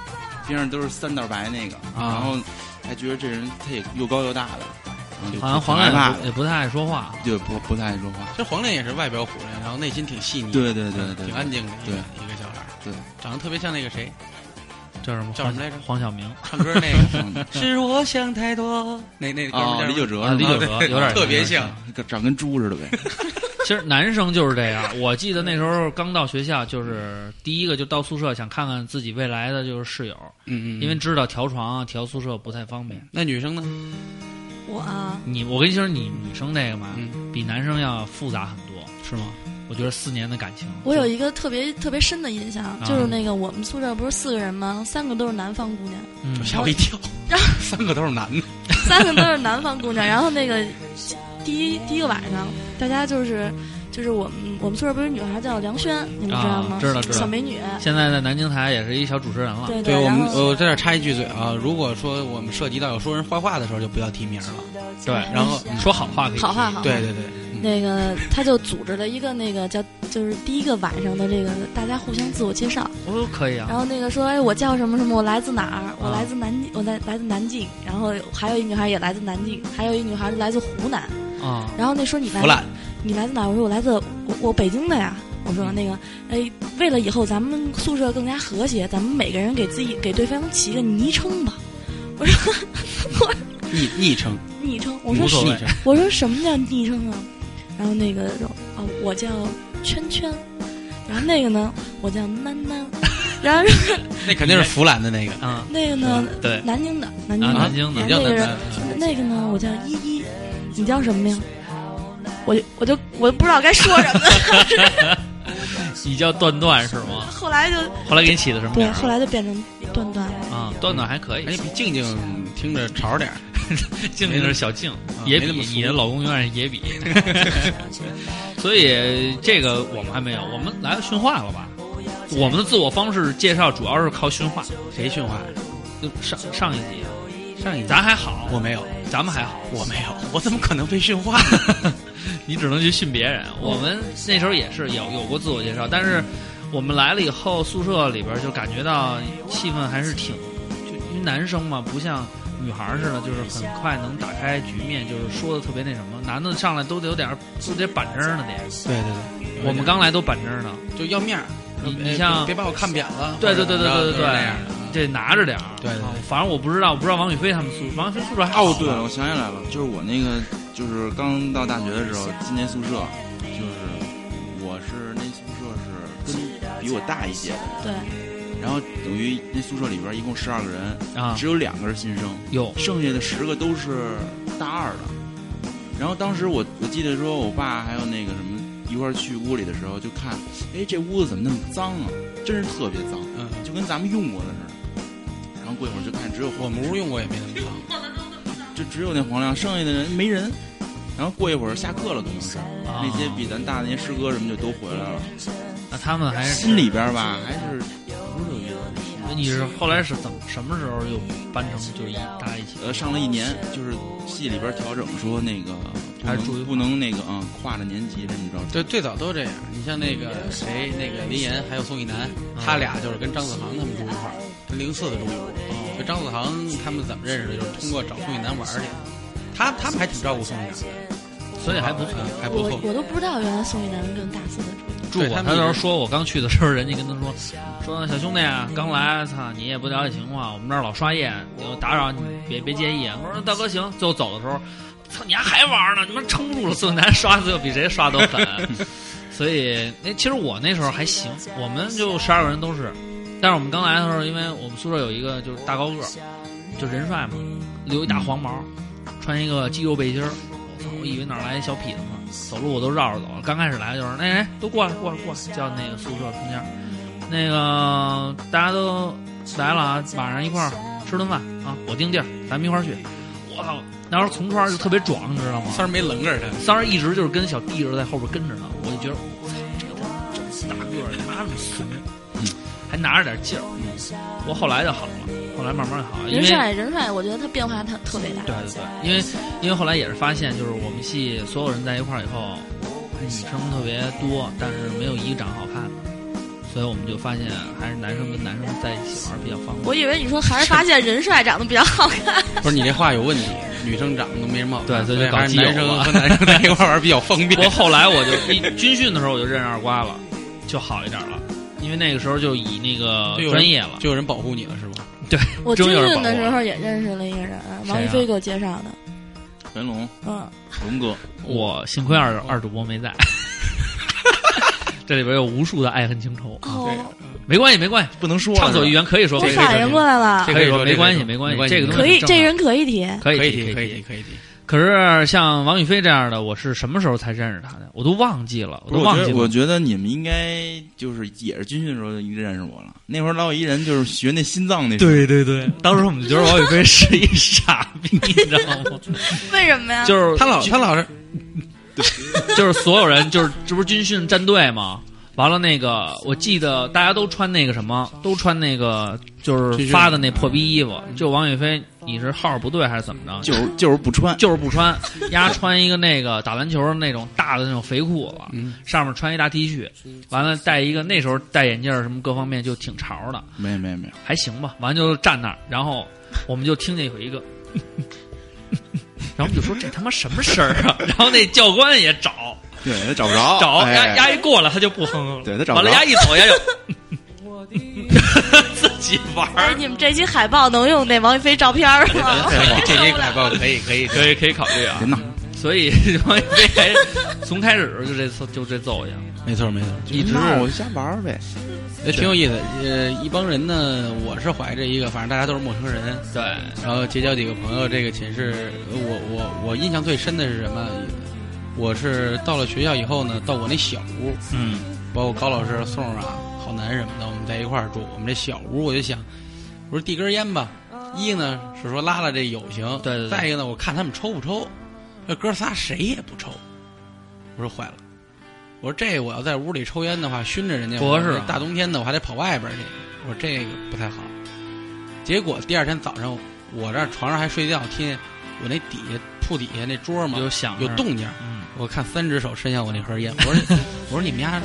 边上都是三道白那个，
啊
然后还觉得这人他也又高又大的，然后就
好像黄
挺害怕
亮也不
的，
也不太爱说话，
对不不太爱说话。
其实黄磊也是外表虎人，然后内心挺细腻，
对对对对，
挺安静的一个
对
一个小孩儿，
对，。
长得特别像那个谁，
叫什么？
叫什么来着
黄晓明
唱歌那个
[LAUGHS]
[LAUGHS]
嗯
是我想太多，那那哥们
哦
儿，叫
李
什么
玖哲
啊，
是
李
吧
玖哲
[LAUGHS] 对
[LAUGHS]
有点
特别。
有
像
点，
长跟猪似
[LAUGHS]
的呗。
[LAUGHS] 其实男生就是这样，我记得那时候刚到学校，就是第一个就到宿舍，想看看自己未来的就是室友，
嗯
因为知道调床啊、调宿舍不太方便。
那女生呢？
我啊，
你我跟你说，你女生这个嘛，
嗯
比男生要复杂很多。
是吗？
我觉得四年的感情，
我有一个特别特别深的印象，就是那个我们宿舍不是四个人吗？三个都是南方姑娘，
嗯，
吓我一
[LAUGHS]
跳， [LAUGHS] 三个都是男的， [LAUGHS]
三个都是南方姑娘。然后那个第一第一个晚上，大家就是就是我们我们宿舍不是女孩叫梁轩，你们知道吗？
啊知道知道
小美女。
现在在南京台也是一小主持人了。
对
对我
然
们，
后
我在这儿插一句嘴啊，如果说我们涉及到有说人坏话的时候，就不要提名了。
对
然后
说好话可以，
嗯好话好话
对对对，
那个他就组织了一个那个叫就是第一个晚上的这个大家互相自我介绍，
我说可以
然
啊。
后
[LAUGHS]
那个说哎我叫什么什么，我来自哪儿？我来自南京，我来来自南京。然后还有一女孩也来自南京，还有一女孩来自湖南。嗯
啊，
然后那说你来
腐烂，
你来自哪儿？我说我来自我我北京的呀。我说那个，哎，为了以后咱们宿舍更加和谐，咱们每个人给自己给对方起一个昵称吧。我说
昵昵称，嗯
昵称，我
无
说
所谓
昵称，
我说什么叫昵称啊？然后那个说哦，我叫圈圈，然后那个呢，我叫囡囡， [LAUGHS] 然后
那肯定是腐烂的那个
啊，
嗯那个呢，
对
南京的南京
啊，
的，哎
南嗯京的
也叫
那
男
个
男
人。那个呢，我叫依依，你叫什么呀？我就我就我就不知道该说什么， [LAUGHS]
你叫段段是吗？
后来就
后来给你起的什么
对，
名儿？
后来就变成段段了。
啊，段段还可以
嗯哎，，比静静听着潮点儿。
[LAUGHS]
嗯
静静是小静，
没
野
那
比
么俗
你的老公永远是
[LAUGHS]
野比，所以这个我们还没有，我们来训话了吧？我们的自我方式介绍主要是靠训话，
谁训话？
就上上一集，啊
上一集
咱还好，
我没有，
咱们还好，
我没有，我怎么可能被训话呢？
[LAUGHS] 你只能去训别人。我们那时候也是有有过自我介绍，但是我们来了以后，宿舍里边就感觉到气氛还是挺，就因为男生嘛，不像女孩似的，就是很快能打开局面，就是说的特别那什么。男的上来都得有点儿都得板正儿呢，得。
对对对，
我们刚来都板正儿呢，
就要面儿。
你
说
你
哎
像
别把我看扁了。
对对对对对对
就是那样的
对，得拿着点儿。
对对对
啊反正我不知道，我不知道王宇飞他们宿，王宇飞宿舍还好
哦，
啊
对了，我想起来了，就是我那个，就是刚到大学的时候，进那宿舍，就是我是那宿舍是跟比我大一届的
对，
人，然后等于那宿舍里边一共十二个人，
啊
只，有两个是新生，
有
剩下的十个都是大二的。然后当时我我记得说，我爸还有那个什么一块儿去屋里的时候，就看，哎，这屋子怎么那么脏啊？真是特别脏，
嗯，
就跟咱们用过的似的。然后过一会儿就看，只有
我们屋用过也没那么脏。
就只有那黄亮，剩下的人没人。然后过一会儿下课了，可能是、
啊
那些比咱大的那些师哥什么就都回来了，
那他们还是
心里边吧还是不是有一种
那你是后来是怎么什么时候又搬成就是一大家一起？
呃，上了一年，就是戏里边调整说那个不
还是
能
注意
不能那个啊、跨着年级这么着。
对，最早都这样。你像那个谁，那个林岩，还有宋一楠，他俩就是跟张子航他们住一块儿，跟零四的住一块儿。就张子航他们怎么认识的？就是通过找宋一楠玩儿去。他他们还挺照顾宋一楠的，
所以还不错。
啊还不
我
错。
我都不知道原来宋一楠跟大四的住一块儿
住
对
过，
他
他
们
时候
也是
说我刚去的时候，人家跟他说说小兄弟啊，刚来，操你也不了解情况，我们这儿老刷夜，就打扰你，别别介意啊。我说大哥行，最后走的时候，操你丫还玩呢，你们撑住了，孙楠刷的又比谁刷都狠。所以那其实我那时候还行，我们就十二个人都是，但是我们刚来的时候，因为我们宿舍有一个就是大高个儿，就人帅嘛，留一大黄毛，穿一个肌肉背心儿，我操，我以为哪儿来一小痞子呢，走路我都绕着走。刚开始来就是，哎哎，都过来过来过来，叫那个宿舍中间儿，那个大家都来了啊，晚上一块儿吃顿饭啊，我定地儿，咱们一块儿去。我操，那时候从川就特别壮，你知道吗？
三儿没棱儿他，
三儿一直就是跟小弟似的在后边跟着呢，我就觉得我操，这这大个儿他妈怂，
嗯
[LAUGHS] 还拿着点劲儿。我后来就好了，后来慢慢就好了，因
人
为
帅人帅，我觉得他变化他特别大。
对对对，因为因为后来也是发现，就是我们系所有人在一块儿以后，女生特别多，但是没有一个长好看的，所以我们就发现还是男生跟男生在一起玩儿比较方便。
[LAUGHS] 我以为你说还是发现人帅长得比较好看， [LAUGHS]
不是你这话有问题。女生长得都没什么好
对
看，
所
啊
以
所
就搞基友
以还是男生
了
和男生在一块儿玩儿比较方便
不。过后来我
[LAUGHS]
就一军训的时候我就认识二瓜了，就好一点了，因为那个时候就以那个
就有人
专业了。
就有人保护你了是吗？
对，
我军
真有人
训
保
的
护
时
我。
候也认识了一个人，王
谁
一
啊
飞给我介绍的。
文龙，
嗯，
龙哥，
[LAUGHS] 我幸亏二二主播没在， [LAUGHS] 这里边有无数的爱恨情仇，啊
哦，
没关系没关系，
不能说
畅所欲言可以说
我
可以
反应过来了
这，
可以说
这个
没关系
这个
没关系
没关系
这个东西
可以，
很正常
这人可以
[LAUGHS]
提。
可以
可以
提
提，
可
可
以
以提，可以提。
可是像王宇飞这样的，我是什么时候才认识他的？我都忘记了，
不
都
是
忘
我觉
记
得，我
了。
觉得你们应该就是也是军训的时候就应该认识我了。那会儿老有一人就是学那心脏那，，
对对，当时我们就觉得王宇飞是一傻逼，你知道吗？
为什么呀？
就是
他老他老是
[LAUGHS] 就是所有人就是这不是军训战队吗？完了那个，我记得大家都穿那个什么，都穿那个就是发的那破逼衣服。就王宇飞，你是号儿不对还是怎么着？
[LAUGHS] 嗯就是 [LAUGHS] 就是不穿，
就是不穿，丫穿一个那个打篮球的那种大的那种肥裤子，
嗯
上面穿一大 T 恤，完了戴一个那时候戴眼镜儿什么各方面就挺潮的，
没没没有，
还行吧。完了就站那儿，然后我们就听见有一个，然后我们就说这他妈什么声儿啊？然后那教官也找
对他找不
[LAUGHS]
着，
找，
哎
丫丫一过来他就不哼了，
对他找不
完了
着
丫一走丫
[LAUGHS]
就自己玩
哎，
儿，
你们这期海报能用那王一飞照片
[LAUGHS]
吗？
这这个海报可以可以可以
可以可以考虑啊
别。闹，
所以王宇飞还从开始就这就这揍性，
没错没错，
一直
闹嗯我瞎玩儿呗。
也挺有意思。呃，一帮人呢，我是怀着一个，反正大家都是陌生人，
对，
然后结交几个朋友。这个寝室，呃我我我印象最深的是什么？我是到了学校以后呢，到我那小屋，
嗯。
包括高老师、宋啊、浩南什么的，我们在一块儿住。我们这小屋，我就想，我说递根烟吧。一个呢是说拉拉这友情，
对对对
再一个呢，我看他们抽不抽。这哥仨谁也不抽。我说坏了，我说这我要在屋里抽烟的话，熏着人家
不合适啊
我说大冬天的，我还得跑外边去。我说这个不太好。结果第二天早上，我这儿床上还睡觉，听见我那底下铺底下那桌嘛
有响
有
声
动静儿，
嗯，
我看三只手伸向我那盒烟，
[LAUGHS]
我说我说你们家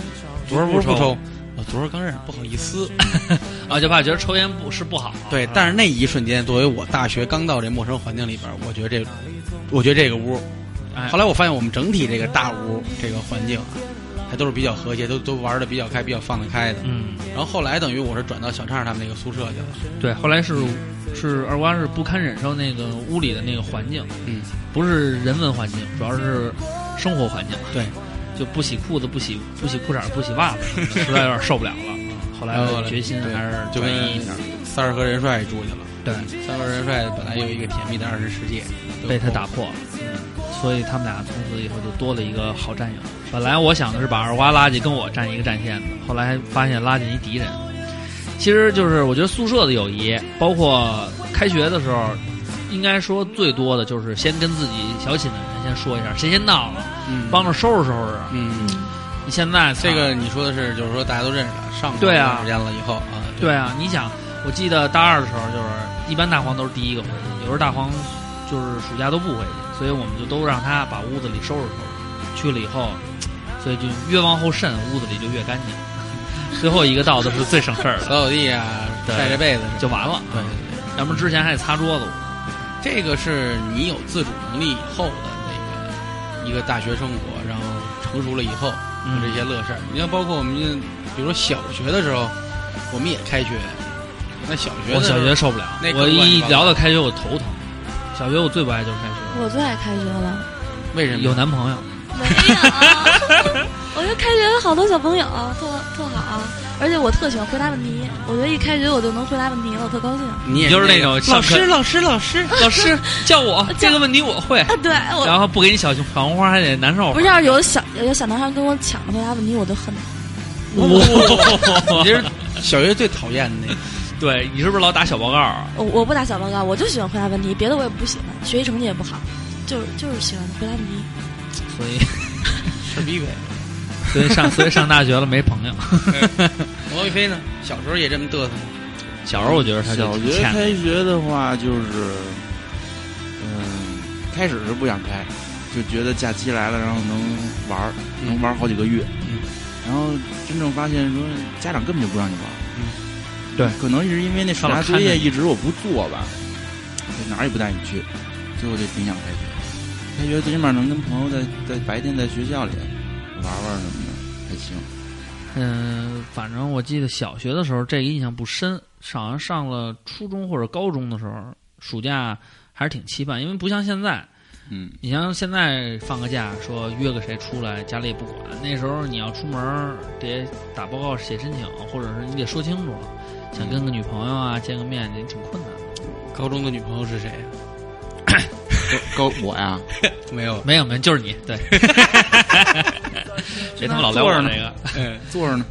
昨儿
不
不是不
抽
抽，我昨儿刚认识，不好意思。
啊，就怕觉得抽烟不是不好。
对，但是那一瞬间，作为我大学刚到这陌生环境里边儿，我觉得这，我觉得这个屋
哎，
后来我发现我们整体这个大屋这个环境啊，还都是比较和谐，都都玩的比较开，比较放得开的。
嗯，
然后后来等于我是转到小畅他们那个宿舍去了，
对，后来是是二瓜是不堪忍受那个屋里的那个环境，
嗯，
不是人文环境，主要是生活环境，
对，
就不洗裤子、不洗不洗裤衩、不洗袜子
[LAUGHS]
什么的，实在有点受不了了。后来
后来
决心
对
还是
就
转
跟
移一下，
三儿和任帅住去了。
对，
三儿和任帅本来有一个甜蜜的二人世界，就
被他打破了。所以他们俩从此以后就多了一个好战友。本来我想的是把二瓜拉进跟我站一个战线的，后来发现拉进一敌人。其实就是我觉得宿舍的友谊，包括开学的时候，应该说最多的就是先跟自己小寝的人先说一下，谁先闹了，
嗯
帮着收拾收拾。
嗯。
你现在
这个你说的是，就是说大家都认识了，上过
对啊
一段时间了以后啊，
对啊，你想我记得大二的时候，就是一般大黄都是第一个回去，有时候大黄就是暑假都不回去，所以我们就都让他把屋子里收拾收拾。去了以后，所以就越往后渗，屋子里就越干净。 [LAUGHS] 最后一个到的是最省事 [LAUGHS] 儿的，
扫扫地啊，
对
晒晒被子，
就完了。
对对对，
要不然之前还得擦桌子。
这个是你有自主能力以后的那个一个大学生活，然后成熟了以后有这些乐事儿。你看，包括我们就比如说小学的时候，我们也开学，那小学
我
的时
小
候
学受不了
那，
我
更乱七
一
八糟
聊到开学我头疼。小学我最不爱就是开学，
我最爱开学了，
为什么
有男朋友，
没有，我就开学有好多小朋友，啊特特好，而且我特喜欢回答问题，我觉得一开学我就能回答问题了，我特高兴。
你
你
也
就是
那
那种
老
上课
师老师老师，
嗯老师叫我
这
这个问题我会，
啊， [LAUGHS] 对我
然后不给你小黄花还得难受会儿。
不是要是有小有有小男孩跟我抢着回答问题，我就恨他。
[LAUGHS]
你这是小学最讨厌的那个。
对你是不是老打小报告啊？
我我不打小报告，我就喜欢回答问题，别的我也不喜欢，学习成绩也不好，就是就是喜欢回答问题。
所以
是逼呗。
所以上所以上大学了没朋 [LAUGHS] 友。
王一飞呢？小时候也这么嘚瑟吗？
小时候我觉得他就
小
挺
学
欠的，
开学的话，就是，嗯，开始是不想开，就觉得假期来了，然后能玩儿，
嗯
能玩儿好几个月。
嗯。
然后真正发现说，家长根本就不让你玩。
嗯。
对
可能是因为那暑
上
假
来看
作业
着你
一直我不做吧，就哪儿也不带你去，最后就挺想开学。开学最起码能跟朋友在在白天在学校里玩玩什么的，
[LAUGHS]
还行。
嗯，反正我记得小学的时候这个印象不深，好像上了初中或者高中的时候，暑假还是挺期盼，因为不像现在，
嗯，
你像现在放个假，说约个谁出来，家里也不管。那时候你要出门儿得打报告、写申请，或者是你得说清楚了，想跟个女朋友啊见个面，也挺困难的。
高中的女朋友是谁啊呀、
高高我呀，
没
[LAUGHS]
有。
没有没有，就是你 [LAUGHS] 对，别他妈老聊我这
[LAUGHS]
个。
嗯。
坐着呢。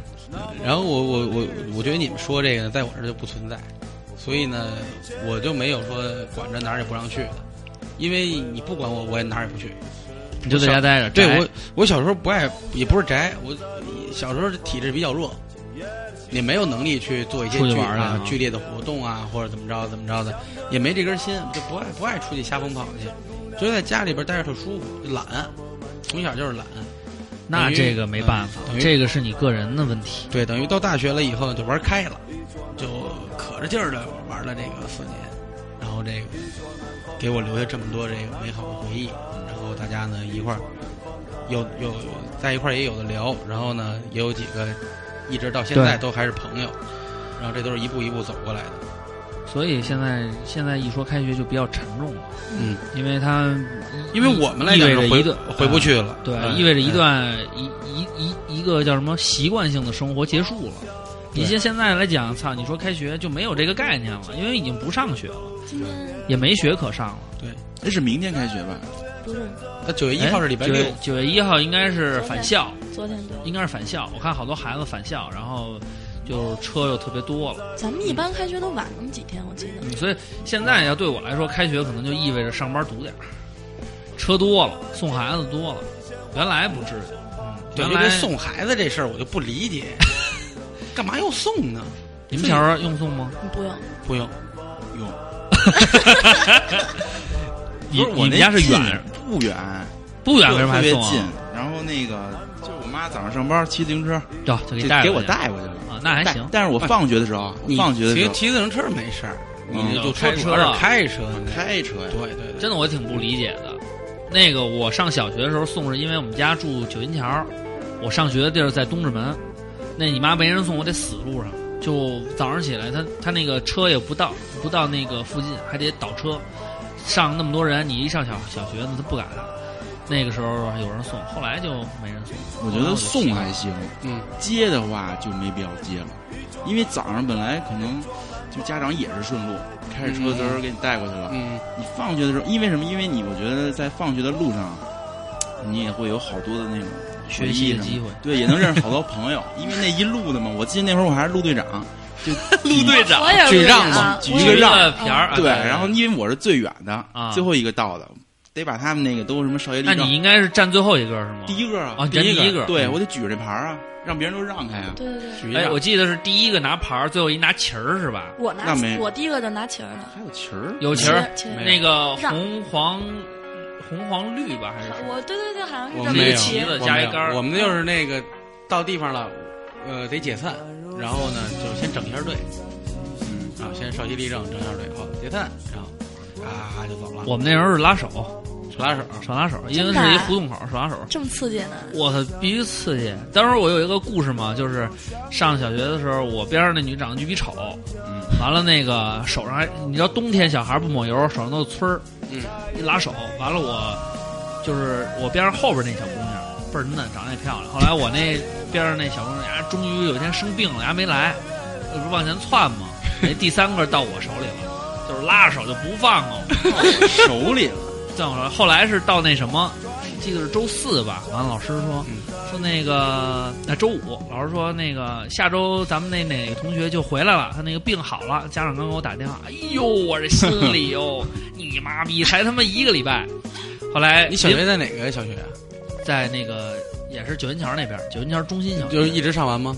然后我我我我觉得你们说这个呢，在我这儿就不存在，所以呢，我就没有说管着哪儿也不让去的，因为你不管我，我也哪儿也不去。
你就在家待着。
对
宅
我，我小时候不爱，也不是宅，我小时候体质比较弱，也没有能力去做一些
出去
剧
玩儿
啊
去啊
剧烈的活动啊，或者怎么着怎么着的，也没这根筋，就不爱不爱出去瞎疯跑去，所以在家里边待着特舒服，就懒，从小就是懒。嗯
那这个没办法
等，
嗯
于
这个是你个人的问题。
对，等于到大学了以后就玩开了，就可着劲儿的玩了这个四年，然后这个给我留下这么多这个美好的回忆，然后大家呢一块儿又又有在一块儿也有的聊，然后呢也有几个一直到现在
对
都还是朋友，然后这都是一步一步走过来的，
所以现在现在一说开学就比较沉重了，
嗯，
因为它
因为我们来讲
意味
是
着
回
一段
回不去了，
对
嗯
意味着一段一一一一个叫什么习惯性的生活结束了。你像现在来讲，操，你说开学就没有这个概念了，因为已经不上学了，
今天
也没学可上了。
那是明天开学吧？
不是
那九月一号是礼拜
哎
六
九月，九月一号应该是返校，
昨天对，
应该是返校。我看好多孩子返校，然后就车又特别多了。
咱们一般开学都晚那么几天，我记得。
嗯，所以现在要对我来说，开学可能就意味着上班堵点儿，车多了，送孩子多了。原来不至于，嗯，
对
原
因为
来
送孩子这事儿我就不理解， [LAUGHS] 干嘛要送呢？
你们小时候用送吗？
不用，
不用。
[LAUGHS]
哟，
你
不是
你
我
们
那
家是
近
远
不远？
不远为什么
特
还
别
送
近
啊？。
然后那个就我妈早上上班骑自行车，
走，就给
就
你带
给
回
我
去
带过去了。
啊，那还
但
行。
但是我放学的时候，
你
放学的时
骑
候
骑自行车没事儿，
嗯
你就
开
车主
车
要
啊
是开车呢，
开车呀
对，对对，
真的我挺不理解的。那个我上小学的时候送是因为我们家住九云桥，我上学的地儿在东直门，那你妈没人送我得死路上，就早上起来他他那个车也不到不到那个附近，还得倒车，上那么多人，你一上小小学那他不敢。那个时候有人送，后来就没人送。
我
后
觉
来
得
就
送啊还行，
嗯，
接的话就没必要接了，因为早上本来可能就家长也是顺路，开着车的时候给你带过去了。
嗯，
你放学的时候，因为什么？因为你我觉得在放学的路上，你也会有好多的那种
学习
回忆
的
什么
机会。
对，也能认识好多
[LAUGHS]
朋友，因为那一路的嘛。我记得那会儿我还是陆队长，就
陆队长
[LAUGHS] 我也是
举
这样
让嘛
啊
举
我
一
也
个
是
让
片儿啊，
对，然后因为我是最远的
啊，
最后一个到的，得把他们那个都什么少爷立
那
正，
你应该是站最后一个是吗？
第一个啊，
啊
第一
你占第一个
对
嗯
我得举着这牌儿啊，让别人都让开啊。
对对对，
举一
哎，
下
我记得是第一个拿牌儿，最后一拿旗儿是吧？
我
那
拿
没
我第一个就拿旗儿了，
还有旗儿，
有旗儿，
旗
没
儿，
那个
让
红黄红黄绿吧，还是什么？
我对对对，好像
我
是这
们没
么
有
个旗
旗，子
我
加
没
一
有
杆儿
我们就是那个到地方了，呃，得解散，然后呢就先整一下队，
嗯，
啊，先稍息立正，整一下队，好解散，然后啊就走了。
我们那时候是拉手，
手拉手，
手拉手，因为
真的啊
是一胡同口手拉手。
这么刺激呢？
我操，必须刺激！当时我有一个故事嘛，就是上小学的时候，我边上那女长得巨比丑，
嗯
完了那个手上还，你知道冬天小孩不抹油，手上都有皴儿，
嗯，
一拉手，完了我就是我边上后边那小姑娘倍儿嫩，长得也漂亮。后来我那边上那小姑娘哎呀，终于有一天生病了，呀没来，我不是往前窜
[LAUGHS]
嘛，那第三个到我手里了，就是拉着手就不放了。 [LAUGHS]
手里了，
再往后，后来是到那什么，记得是周四吧。完了，老师说、
嗯
说那个那周五，老师说那个下周咱们那哪个同学就回来了，他那个病好了。家长刚给我打电话，哎呦，我这心里哟，你妈逼才他妈一个礼拜。后来
你小学在哪个小学啊？
在那个也是九元桥那边，九元桥中心小学
就是一直上完吗？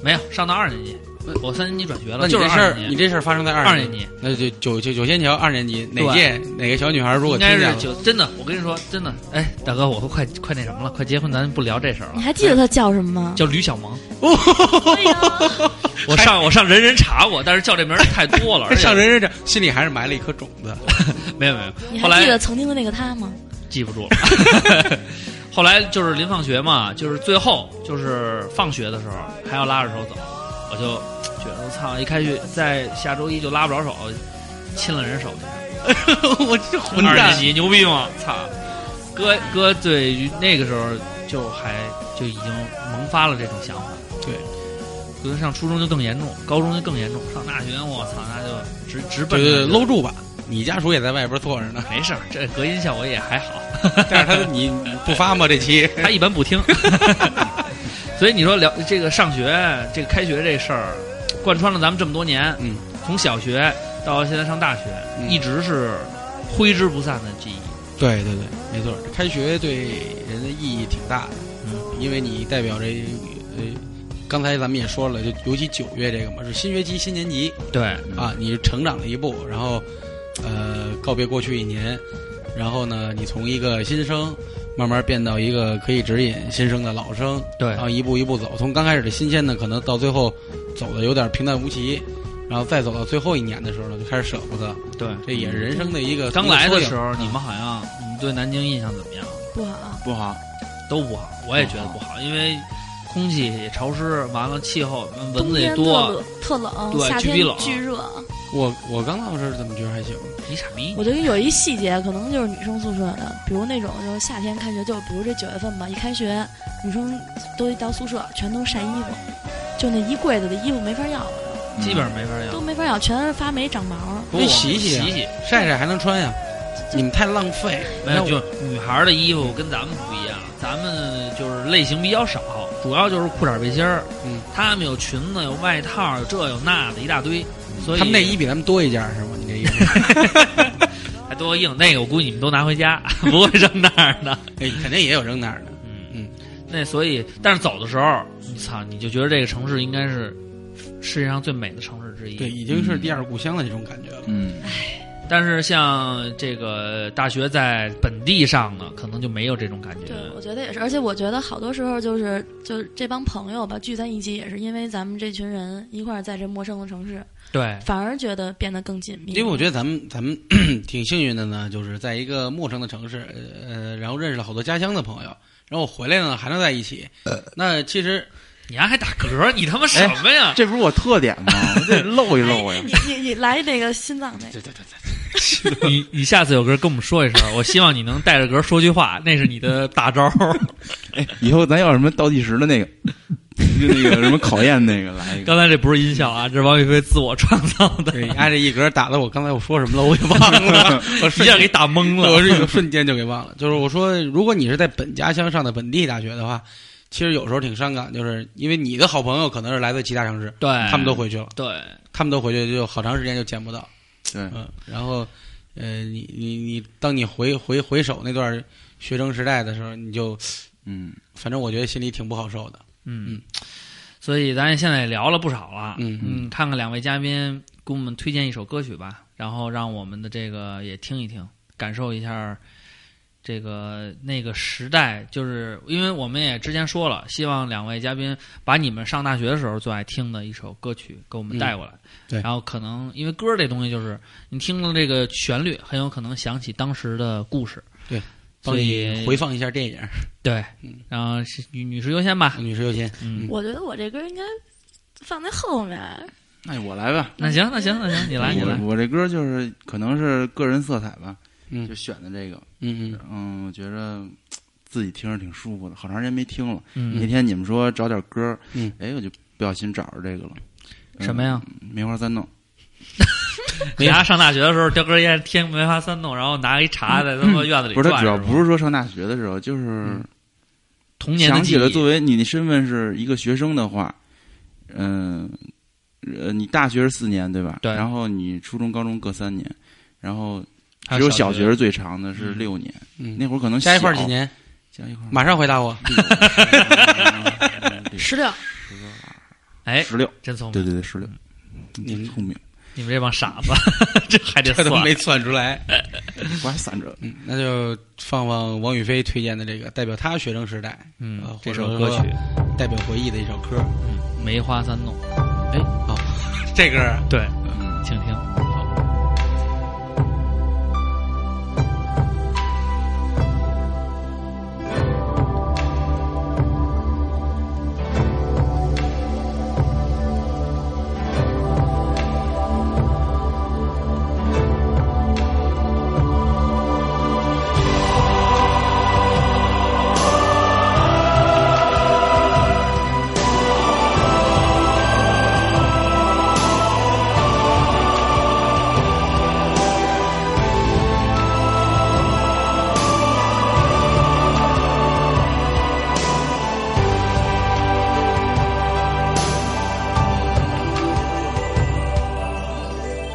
没有上到二年级，我三年级转学
那
了，
你
就是
这事儿
二，年
你
级。
这事儿发生在二
二
年
年
级，
级
那就九九九仙桥二年级哪届哪个小女孩如果
应
听
该
见
是
了，
九，真的，我跟你说，真的，哎，大哥，我都快快那什么了，快结婚，咱不聊这事儿了哎
你。还记得他叫什么吗？
叫吕小
[LAUGHS]
萌，
哎呀，
我上我上人人查过，但是叫这名儿太多
[LAUGHS]
了，而且
像人人这心里还是埋了一颗种子。
[LAUGHS] 没有没有，
你
后
还记
来
得曾经的那个他吗？
记不住了。 [LAUGHS] 后来就是临放学嘛，就是最后就是放学的时候还要拉着手走，我就觉得我操，一开学在下周一就拉不着手，亲了人手去，
[LAUGHS] 我这混
二年
蛋，
级牛逼吗？操，哥哥对于那个时候就还就已经萌发了这种想法，
对。
可是上初中就更严重，高中就更严重，上大学我操，那就直直
对
奔
对对，
着
搂住吧。你家属也在外边坐着呢，
没事儿，这隔音效果也还好，
[LAUGHS] 但是他你不发吗？这期
[LAUGHS] 他一般不听。所以你说聊这个上学、这个开学这事儿，贯穿了咱们这么多年，
嗯，
从小学到现在上大学，
嗯
一直是挥之不散的记忆。
对对对，没错，开学对人的意义挺大的，嗯，因为你代表这，呃，刚才咱们也说了，就尤其九月这个嘛，是新学期、新年级
对，嗯
啊，你成长了一步，然后，呃，告别过去一年，然后呢，你从一个新生慢慢变到一个可以指引新生的老生，
对
然后一步一步走，从刚开始的新鲜的，可能到最后走的有点平淡无奇，然后再走到最后一年的时候呢，就开始舍不得，
对，
这也是人生的一个
嗯刚来的
缩影
时候你们好像，你们对南京印象怎么样？
不好，
不好，
都不好，我也觉得不好，因为空气也潮湿，完了气候嗯蚊
冬
子也
天
多，
特冷，特
对
夏
巨
天
冷啊
巨热。
我我刚到这儿怎么觉得还行？
你傻逼
我。觉得有一细节，可能就是女生宿舍的，比如那种就是夏天开学，就比如这九月份吧，一开学，女生都一到宿舍，全都晒衣服，就那一柜子的衣服没法要了，
基本上没法
都
要，
没法要，全是发霉长毛。
不过我们
嗯洗一洗
洗
啊
一洗，
晒晒还能穿呀？你们太浪费。
没有，
那我
就是女孩儿的衣服跟咱们不一样，咱们就是类型比较少，主要就是裤衩背心儿。
嗯，
她们有裙子，有外套，有这有那的一大堆，所以
嗯他们内衣比咱们多一件儿是吗？你这衣
[LAUGHS]
服，
还多硬。那个我估计你们都拿回家， [LAUGHS] 不会扔那儿的。
哎，肯定也有扔那儿的。
嗯
嗯，
那所以，但是走的时候，你操，你就觉得这个城市应该是世界上最美的城市之一。嗯
对，，已经是第二故乡的这种感觉了。
嗯，
但是像这个大学在本地上呢，可能就没有这种感觉
对。，我觉得也是，而且我觉得好多时候就是就是这帮朋友吧，聚在一起也是因为咱们这群人一块儿在这陌生的城市，
对，
反而觉得变得更紧密。
因为我觉得咱们咱 [CLEARS THROAT] 们挺幸运的呢，就是在一个陌生的城市，呃，然后认识了好多家乡的朋友，然后我回来呢还能在一起。那其实
呃你还还打嗝，你他妈什么
哎
呀？
这不是我特点吗？我得露一露呀
你。你你来那个心脏那个，
[LAUGHS] 你你下次有歌跟我们说一声，我希望你能带着歌说句话，那是你的大招。
[LAUGHS] 哎，以后咱要什么倒计时的那个，就那个什么考验那个
[LAUGHS]
来一个。
刚才这不是音效啊，这是王宇飞自我创造的，
对，挨着一格打的我刚才我说什么了，我也忘 [LAUGHS] 了，我
一
瞬
下
间
给打懵
我
了。
是一个瞬间就给忘了。就是我说，如果你是在本家乡上的本地大学的话，其实有时候挺伤感，就是因为你的好朋友可能是来自其他城市，
对，
他们都回去了，
对
他们都回去就好长时间就见不到。
对，
嗯，然后呃，你你你，当你回回回首那段学生时代的时候，你就
嗯，
反正我觉得心里挺不好受的。
嗯，所以咱现在也聊了不少了，
嗯
嗯，看看两位嘉宾给我们推荐一首歌曲吧，然后让我们的这个也听一听，感受一下这个那个时代，就是因为我们也之前说了，希望两位嘉宾把你们上大学的时候最爱听的一首歌曲给我们带过来，
嗯对
然后可能因为歌这东西就是你听了这个旋律，很有可能想起当时的故事，
对，帮
所
你
以
回放一下电影，
对
嗯，
然后是女女士优先吧，
女士优先。
嗯，
我觉得我这歌应该放在后面，
哎
那我来吧。
那行那行那行，你来你来。
我我这歌就是可能是个人色彩吧，
嗯
就选的这个。
嗯嗯，
嗯，我觉着自己听着挺舒服的，好长时间没听了。
嗯
那天你们说找点歌，
嗯，
哎，我就不小心找着这个了。嗯
什么呀？
梅花三弄。
你丫上大学的时候叼根烟，天梅花三弄，然后拿一茶
嗯
在他妈院子里
嗯不
转。
是，它主要不
是
是说上大学的时候，就是
童年的
想
记
起
忆
了作为你的身份是一个学生的话，嗯，呃，你大学是四年对吧？
对
然后你初中、高中各三年，然后
还
只有
小
小学是最长的，是
嗯
六年。
嗯
那会儿可能
加一块儿
小
几？年？
加一块儿哎
马上回答我。
六
十六
哎，
十六，
真聪
对
明！
对对，十六。
你们
聪明，
你们这帮傻子，这还得
[LAUGHS] 这都
算？
没算出 [LAUGHS] 来。
我还散着。
嗯，那就放放王宇飞推荐的这个代表他学生时代，呃
嗯，
或
这
者
首
说
歌曲
代表回忆的一首歌。
《梅花三弄》，
哦， [LAUGHS] 这歌啊
对，
嗯
请听。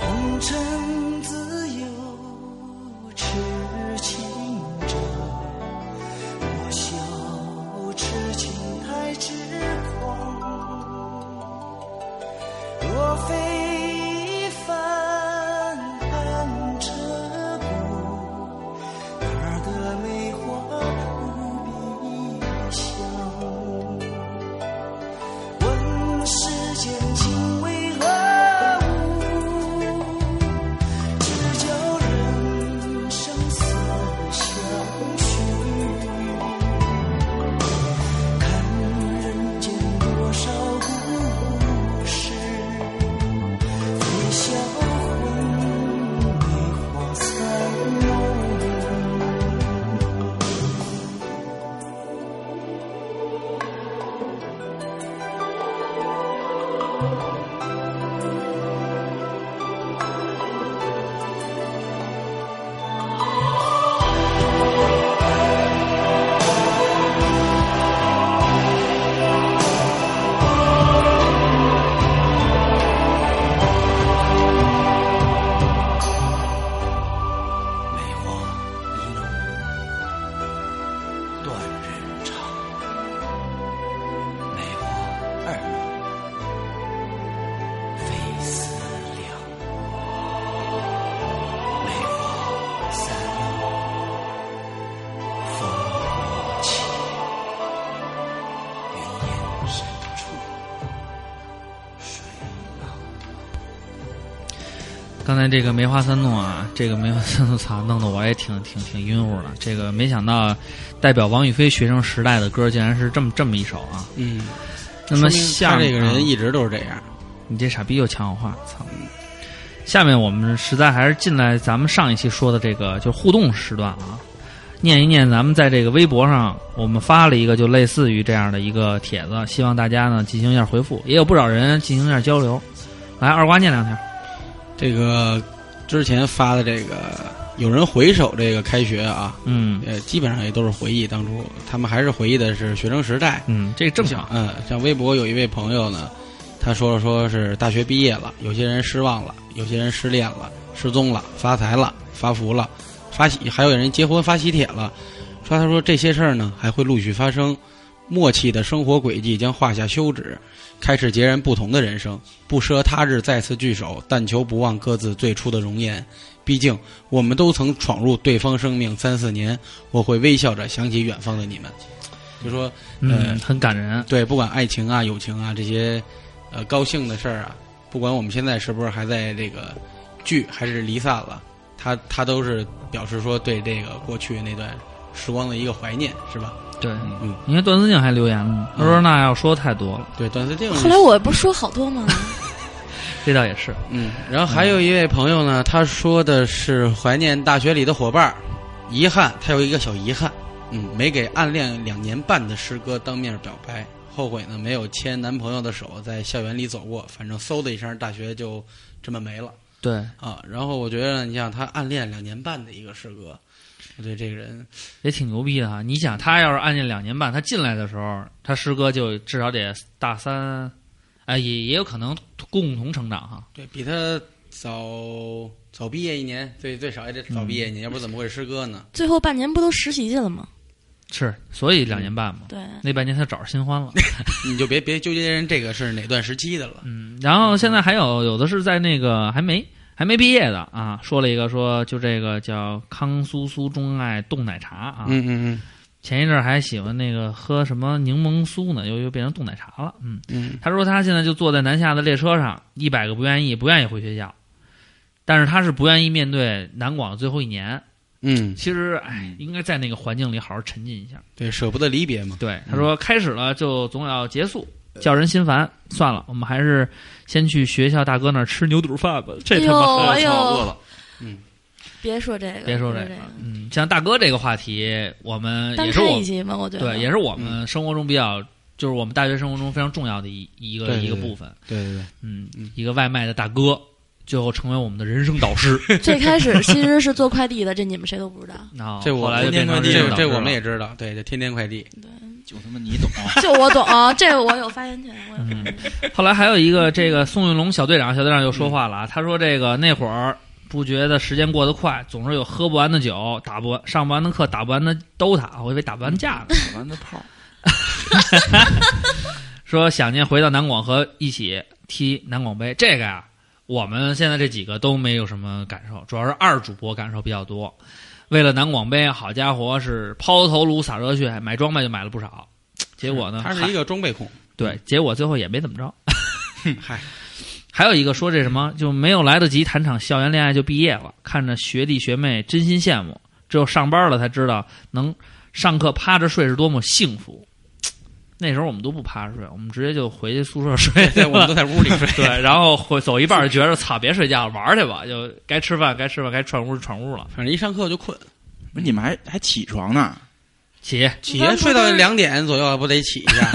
红尘自有痴情者，莫笑痴情太痴狂。若非一番寒彻骨，哪得梅花扑鼻香？问世间情为何物？只教人生死相许。看人间多少故事，飞销魂，梅花三弄。梅花易怒，断人肠；梅花二怒，非思量；梅花三怒，风无情。云烟深处，水浪。
刚才这个梅花三弄啊，这个梅花三弄，操，弄得我也挺挺挺晕乎的。这个没想到，代表王宇飞学生时代的歌，竟然是这么这么一首啊。
嗯，
那么
说明
下啊
他
面
这个人一直都是这样。
你这傻逼又抢我话，操！下面我们实在还是进来咱们上一期说的这个就是互动时段啊，念一念咱们在这个微博上我们发了一个就类似于这样的一个帖子，希望大家呢进行一下回复，也有不少人进行一下交流。来，二瓜念两条。
这个之前发的这个，有人回首这个开学啊，
嗯
呃，基本上也都是回忆当初，他们还是回忆的是学生时代。
嗯，这个正常。
嗯，像微博有一位朋友呢，他说了说是大学毕业了，有些人失望了，有些人失恋了，失踪了，发财了，发福了，发喜，还有人结婚发喜帖了。说他说这些事儿呢还会陆续发生，默契的生活轨迹将画下休止，开始截然不同的人生。不奢他日再次聚首，但求不忘各自最初的容颜。毕竟我们都曾闯入对方生命三四年，我会微笑着想起远方的你们。就说
嗯，
呃
很感人。
对，不管爱情啊、友情啊这些，呃，高兴的事儿啊，不管我们现在是不是还在这个聚，还是离散了，他他都是表示说对这个过去那段时光的一个怀念，是吧？
对，
嗯
你看段思静还留言了呢，他说
嗯
那要说太多了，
对，段思静是。
后来我不是说好多吗？
这倒也是。嗯
嗯，然后还有一位朋友呢，他说的是怀念大学里的伙伴儿，遗憾他有一个小遗憾，嗯，没给暗恋两年半的师哥当面表白，后悔呢没有牵男朋友的手在校园里走过，反正嗖的一声，大学就这么没了
对，
啊。然后我觉得你想他暗恋两年半的一个师哥，我对这个人，
也挺牛逼的哈。你想，他要是按这两年半，他进来的时候，他师哥就至少得大三，哎，也也有可能共同成长哈。
对比他早早毕业一年，最最少也得早毕业一年，要不怎么会是师哥呢？
最后半年不都实习去了吗？
是，所以两年半嘛，
对，
那半年他找着新欢了。 [LAUGHS]
你就别别纠结人这个是哪段时期的了。
嗯，然后现在还有有的是在那个还没还没毕业的啊，说了一个说就这个叫康苏苏钟爱冻奶茶啊，
嗯嗯嗯
前一阵儿还喜欢那个喝什么柠檬酥呢，又又变成冻奶茶了。嗯，
嗯。
他说他现在就坐在南下的列车上，一百个不愿意，不愿意回学校，但是他是不愿意面对南广的最后一年。
嗯，
其实，哎，应该在那个环境里好好沉浸一下。
对，舍不得离别嘛。嗯
对，他说开始了就总要结束，叫人心烦。算了，我们还是先去学校大哥那儿吃牛肚饭吧。这他
哎
妈
呦
好
哎呦
饿了，
别说这个，
别说
这
这 [LAUGHS] 个，嗯，像大哥这个话题，我们
单
也是
开
我
一期嘛，我觉得
对，也是我
嗯
们生活中比较，就是我们大学生活中非常重要的一一个
对对
一个
对
部分。
对对对，
嗯，一个外卖的大哥，最后成为我们的人生导师。
[LAUGHS] 最开始其实是做快递的，这你们谁都不知道。
[LAUGHS] 然后
这
后
我
来就变成人生
这
导
这
师
我们
了
也知道，对，这天天快递。
就他妈你懂。啊
就我懂，这个我有发言权，我有发言权。
后来还有一个这个宋运龙小队长，小队长又说话了啊，他说这个那会儿不觉得时间过得快，总是有喝不完的酒，打不完上不完的课，打不完的 DOTA，我以为打不完的架呢。
完的炮，
[LAUGHS] 说想念回到南广和一起踢南广杯，这个呀、我们现在这几个都没有什么感受，主要是二主播感受比较多。为了南广杯，好家伙是抛头颅洒热血，买装备就买了不少。结果呢，
[LAUGHS] 他是
还
一个装备控。
对，结果最后也没怎么着。
嗨，
[LAUGHS] 还有一个说这什么，就没有来得及谈场校园恋爱就毕业了，看着学弟学妹真心羡慕，只有上班了才知道能上课趴着睡是多么幸福。那时候我们都不趴着睡，我们直接就回去宿舍睡去 [LAUGHS]
对，我们
了。
都在屋里睡。
对，然后回走一半儿觉着操，别睡觉，玩儿去吧，就该吃饭该吃饭，该串屋就串屋了。
反正一上课就困，
不是你们还还起床呢？
起，
起睡到两点左右不得起一下，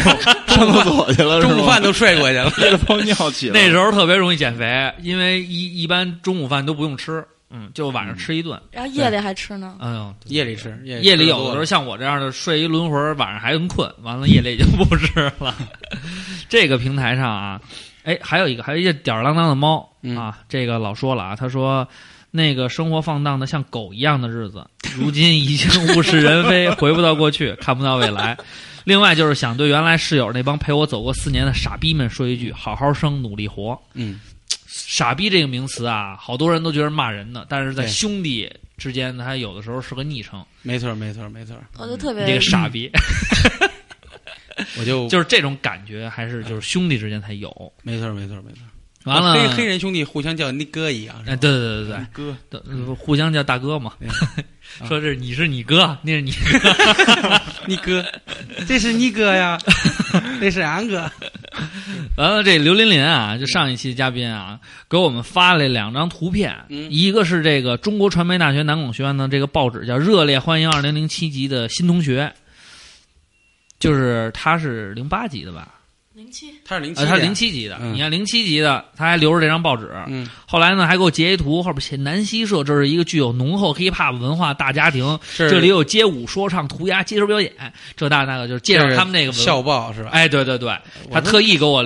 [LAUGHS] 上厕所去了是吗
中午饭都睡过去
[LAUGHS]
了。
憋了泡尿起了。
那时候特别容易减肥，因为一一般中午饭都不用吃，嗯，就晚上吃一顿。
然后夜里还吃呢，
哎呦，
夜里吃，夜
夜里
吃
有的
多
时候
了
像我这样的睡一轮回儿，晚上还很困，完了夜里就不吃了。 [LAUGHS] 这个平台上啊，哎，还有一个，还有一个吊儿郎当的猫、
嗯
啊，这个老说了啊，他说那个生活放荡的像狗一样的日子，如今已经物是人非，回不到过去， [LAUGHS] 看不到未来。另外就是想对原来室友那帮陪我走过四年的傻逼们说一句：好好生，努力活。
嗯，
傻逼这个名词啊，好多人都觉得骂人的，但是在
对
兄弟之间，它有的时候是个昵称。嗯
没错没错没错，
我就特别
这个傻逼，
[LAUGHS] 我就
[LAUGHS]
啊
就是这种感觉，还是就是兄弟之间才有。
没错没错没错。
[LAUGHS] 完了，
黑黑人兄弟互相叫你哥一样。
哎，对对对对
哥，
对对，呃互相叫大哥嘛 [LAUGHS]
对，啊
说这是你是你哥，那是你
[LAUGHS] 你
[LAUGHS]
哥，这是你哥呀，这是俺哥。
[LAUGHS] 完了，这刘琳琳啊，就上一期嘉宾啊，给我们发了两张图片，
嗯
一个是这个中国传媒大学南广学院的这个报纸叫《热烈欢迎二零零七级的新同学》，就是他是零八级的吧？
[LAUGHS] 零七，
他是零七，
呃，他是零。七级的。
嗯
你看零七级的，他还留着这张报纸，
嗯，
后来呢，还给我截一图，后边写南溪社，这是一个具有浓厚 hiphop 文化大家庭，
是
这里有街舞、说唱、涂鸦、街头表演，这那那个，就是介
这
绍
是
他们那个文
校。报是吧？
哎，对对对，
我
他
说
特意给我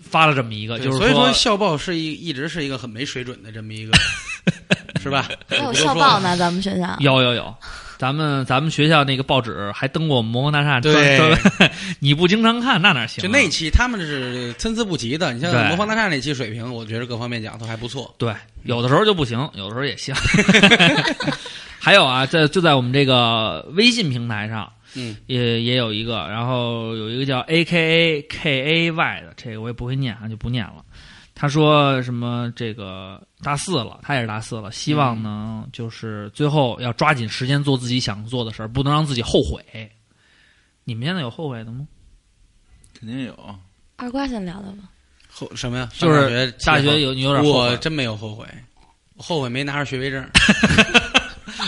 发了这么一个，
对
就是 [LAUGHS]
所以说校报是一一直是一个很没水准的这么一个是吧？
还有
我就
校
说
报呢，咱们学校
有有有，咱们咱们学校那个报纸还登过我们魔方大厦专
对
专， [LAUGHS] 你不经常看那哪行啊？
就那期他们是参差不齐的，你像
对
魔方大厦那期水平，我觉得各方面讲都还不错。
对，有的时候就不行，有的时候也行。 [LAUGHS] 还有啊，在就在我们这个微信平台上，
嗯，
也也有一个，然后有一个叫 A K A K A Y 的，这个我也不会念啊，就不念了。他说什么这个大四了，他也是大四了，希
嗯
望呢、就是最后要抓紧时间做自己想做的事儿，不能让自己后悔。你们现在有后悔的吗？
肯定有。
二瓜先聊聊吧。
后什么呀？
就
上
是
大
大
学
学有
有
你有点后
我
悔，
真没有后悔，我后悔没拿着学位证，
[LAUGHS]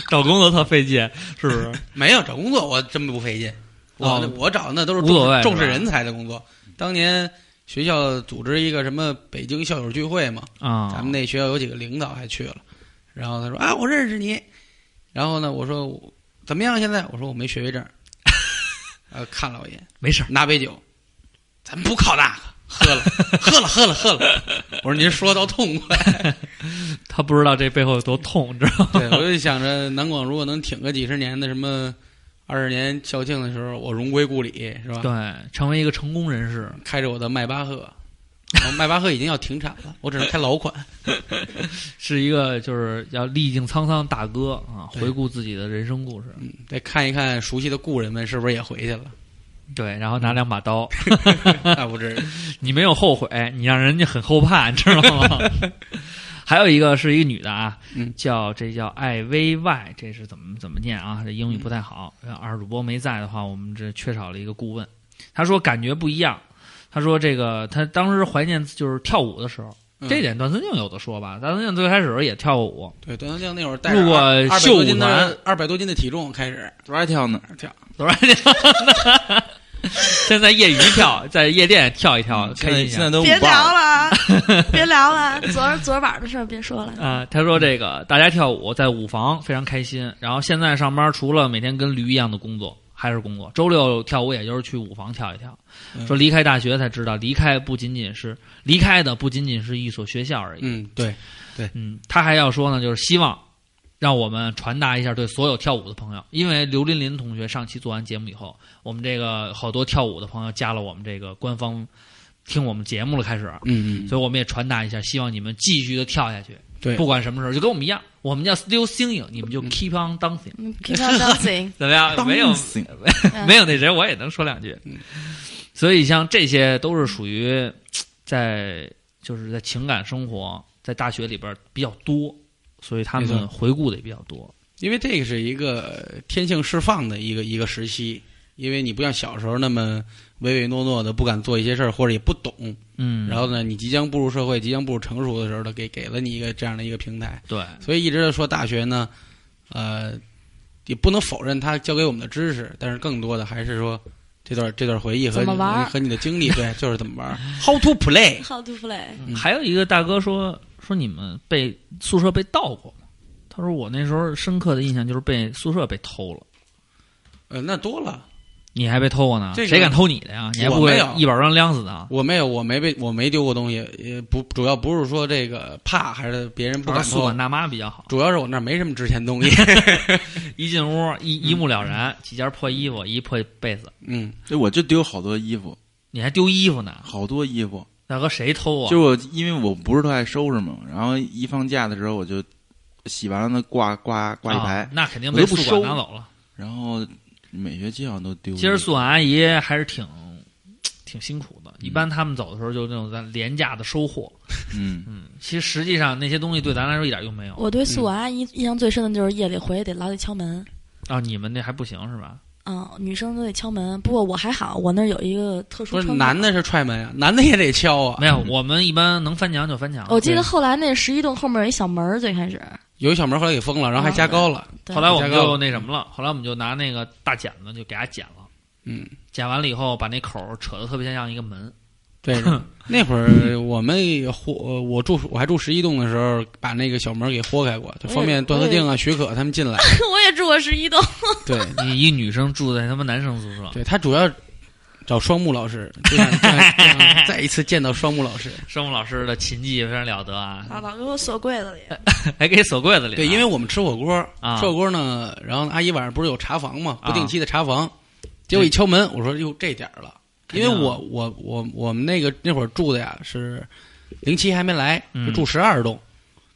找工作特费劲，是不 [LAUGHS] 是？
[LAUGHS] 没有找工作我真不费劲。我、
哦
我找的那都是
无所谓
重重视
是吧
人才的工作。当年学校组织一个什么北京校友聚会嘛，
啊、
咱们那学校有几个领导还去了，然后他说啊，我认识你。然后呢，我说我怎么样？现在我说我没学位证， [LAUGHS] 呃，看了我一眼，
没事儿，
拿杯酒，咱不靠那个，喝了，喝了，喝了，喝了。我说您说到痛快，
他不知道这背后有多痛，你知道吗？ [LAUGHS]
对，我就想着南广如果能挺个几十年的什么二十年校庆的时候，我荣归故里是吧？
对，成为一个成功人士，
开着我的迈巴赫，然后迈巴赫已经要停产
[LAUGHS]
了，我只能开老款。
是一个就是要历尽沧桑大哥啊，
对
回顾自己的人生故事，
嗯，再看一看熟悉的故人们是不是也回去了？
对，然后拿两把刀，
[LAUGHS] 那不至于。
[LAUGHS] 你没有后悔，你让人家很后怕， [LAUGHS] 你知道
[LAUGHS]
吗？还有一个是一个女的啊，
嗯
叫这叫艾薇 Y，这是怎么怎么念啊？这英语不太好。要二主播没在的话，我们这缺少了一个顾问。她说感觉不一样，她说这个她当时怀念就是跳舞的时候，
嗯
这点段思静有的说吧，段思静最开始也跳过舞，
对，段小静那会儿带着
入过
二百
秀
多
舞
斤
团
的二百多斤的体重开始
昨儿还跳呢，
跳，
多少年？现在业余
[LAUGHS]
跳，在夜店跳一跳，
现
开心一
在嗯现
下
在。都五
别聊
八了，
了啊， [LAUGHS] 别聊了啊，昨儿昨儿晚上的事儿别说
[LAUGHS]
了。
啊、他说这个大家跳舞在舞房非常开心，然后现在上班除了每天跟驴一样的工作，还是工作。周六跳舞也就是去舞房跳一跳。
嗯
说离开大学才知道，离开不仅仅是离开的不仅仅是一所学校而已。
嗯，对，
嗯，他还要说呢，就是希望让我们传达一下对所有跳舞的朋友，因为刘琳琳同学上期做完节目以后，我们这个好多跳舞的朋友加了我们这个官方听我们节目了，开始，
嗯
所以我们也传达一下，希望你们继续的跳下去，
对
不管什么时候，就跟我们一样，我们叫 still singing，你们就
嗯
keep on dancing，、
嗯，keep on dancing，
怎么样？没有
行
嗯
[LAUGHS] 没有那谁，我也能说两句
嗯。
所以像这些都是属于在就是在情感生活在大学里边比较多，所以他
没
们
错
回顾的也比较多。
因为这个是一个呃天性释放的一个一个时期，因为你不像小时候那么唯唯诺诺的，不敢做一些事儿，或者也不懂。
嗯，
然后呢，你即将步入社会，即将步入成熟的时候，他给给了你一个这样的一个平台。
对，
所以一直说大学呢，呃，也不能否认它教给我们的知识，但是更多的还是说这段这段回忆和
怎么玩儿
和你的经历，对，就是怎么玩儿，How to play。
How to play？
嗯
还有一个大哥说说你们被宿舍被盗过吗？他说我那时候深刻的印象就是被宿舍被偷了。
呃，那多了，
你还被偷过呢？
这
啊
个
谁敢偷你的呀？你还不
我
会
没有
一板砖亮死啊他？
我没有，我没被，我没丢过东西，也不主要不是说这个怕，还是别人不
不是
敢
宿
偷
管，大妈比较好，
主要是我那儿没什么值钱东西。
[LAUGHS] 一进屋一一目了然，几件破衣服，一破被子，
嗯，
对，我就丢好多衣服，
你还丢衣服呢？
好多衣服。
大哥谁偷啊？
就我因为我不是特爱收拾嘛，然后一放假的时候我就洗完了那挂挂挂一排
啊，那肯定
我
被
都不
宿管
收
拿走了。
然后每学期好像都丢。
其实宿管阿姨还是挺挺辛苦的，一般他们走的时候就那种咱廉价的收获。
嗯，
嗯，其实实际上那些东西对咱来说一点用没有。
我对啊宿管阿姨印象最深的就是夜里回去得老得敲门。
啊，你们那还不行是吧？
啊、女生都得敲门，不过我还好，我那儿有一个特殊
不
窗
是
口
男。的是踹门啊，男的也得敲啊。
没有，
[LAUGHS]
我们一般能翻墙就翻墙。
我记得后来那十一栋后面有一小门儿，最开始， [LAUGHS]
有一小门后来给封了，然后还加高了。
嗯对
后来我们
加高
就那什么了，后来我们就拿那个大剪子就给它剪了，
嗯，
剪完了以后把那口儿扯得特别像一个门。
对，
[LAUGHS]
那会儿我们也豁，我住我还住十一栋的时候，把那个小门给豁开过，就方便段思定啊、许可他们
[LAUGHS]
进来。
我也住过十一栋，
对，
你一女生住在他妈男生宿舍，
对，他主要找双木老师，就想就想就
[LAUGHS]
想再一次见到双木老师。
生物老师的琴技也非常了得啊，
啊，老给我锁柜子里，
还给锁柜子里啊。
对，因为我们吃火锅，
啊
吃火锅呢，然后阿姨晚上不是有茶房嘛，
啊
不定期的茶房，结果一敲门，我说哟这点儿了，因为
肯定啊
我我我我们那个那会儿住的呀是零七还没来，
嗯
就住十二栋，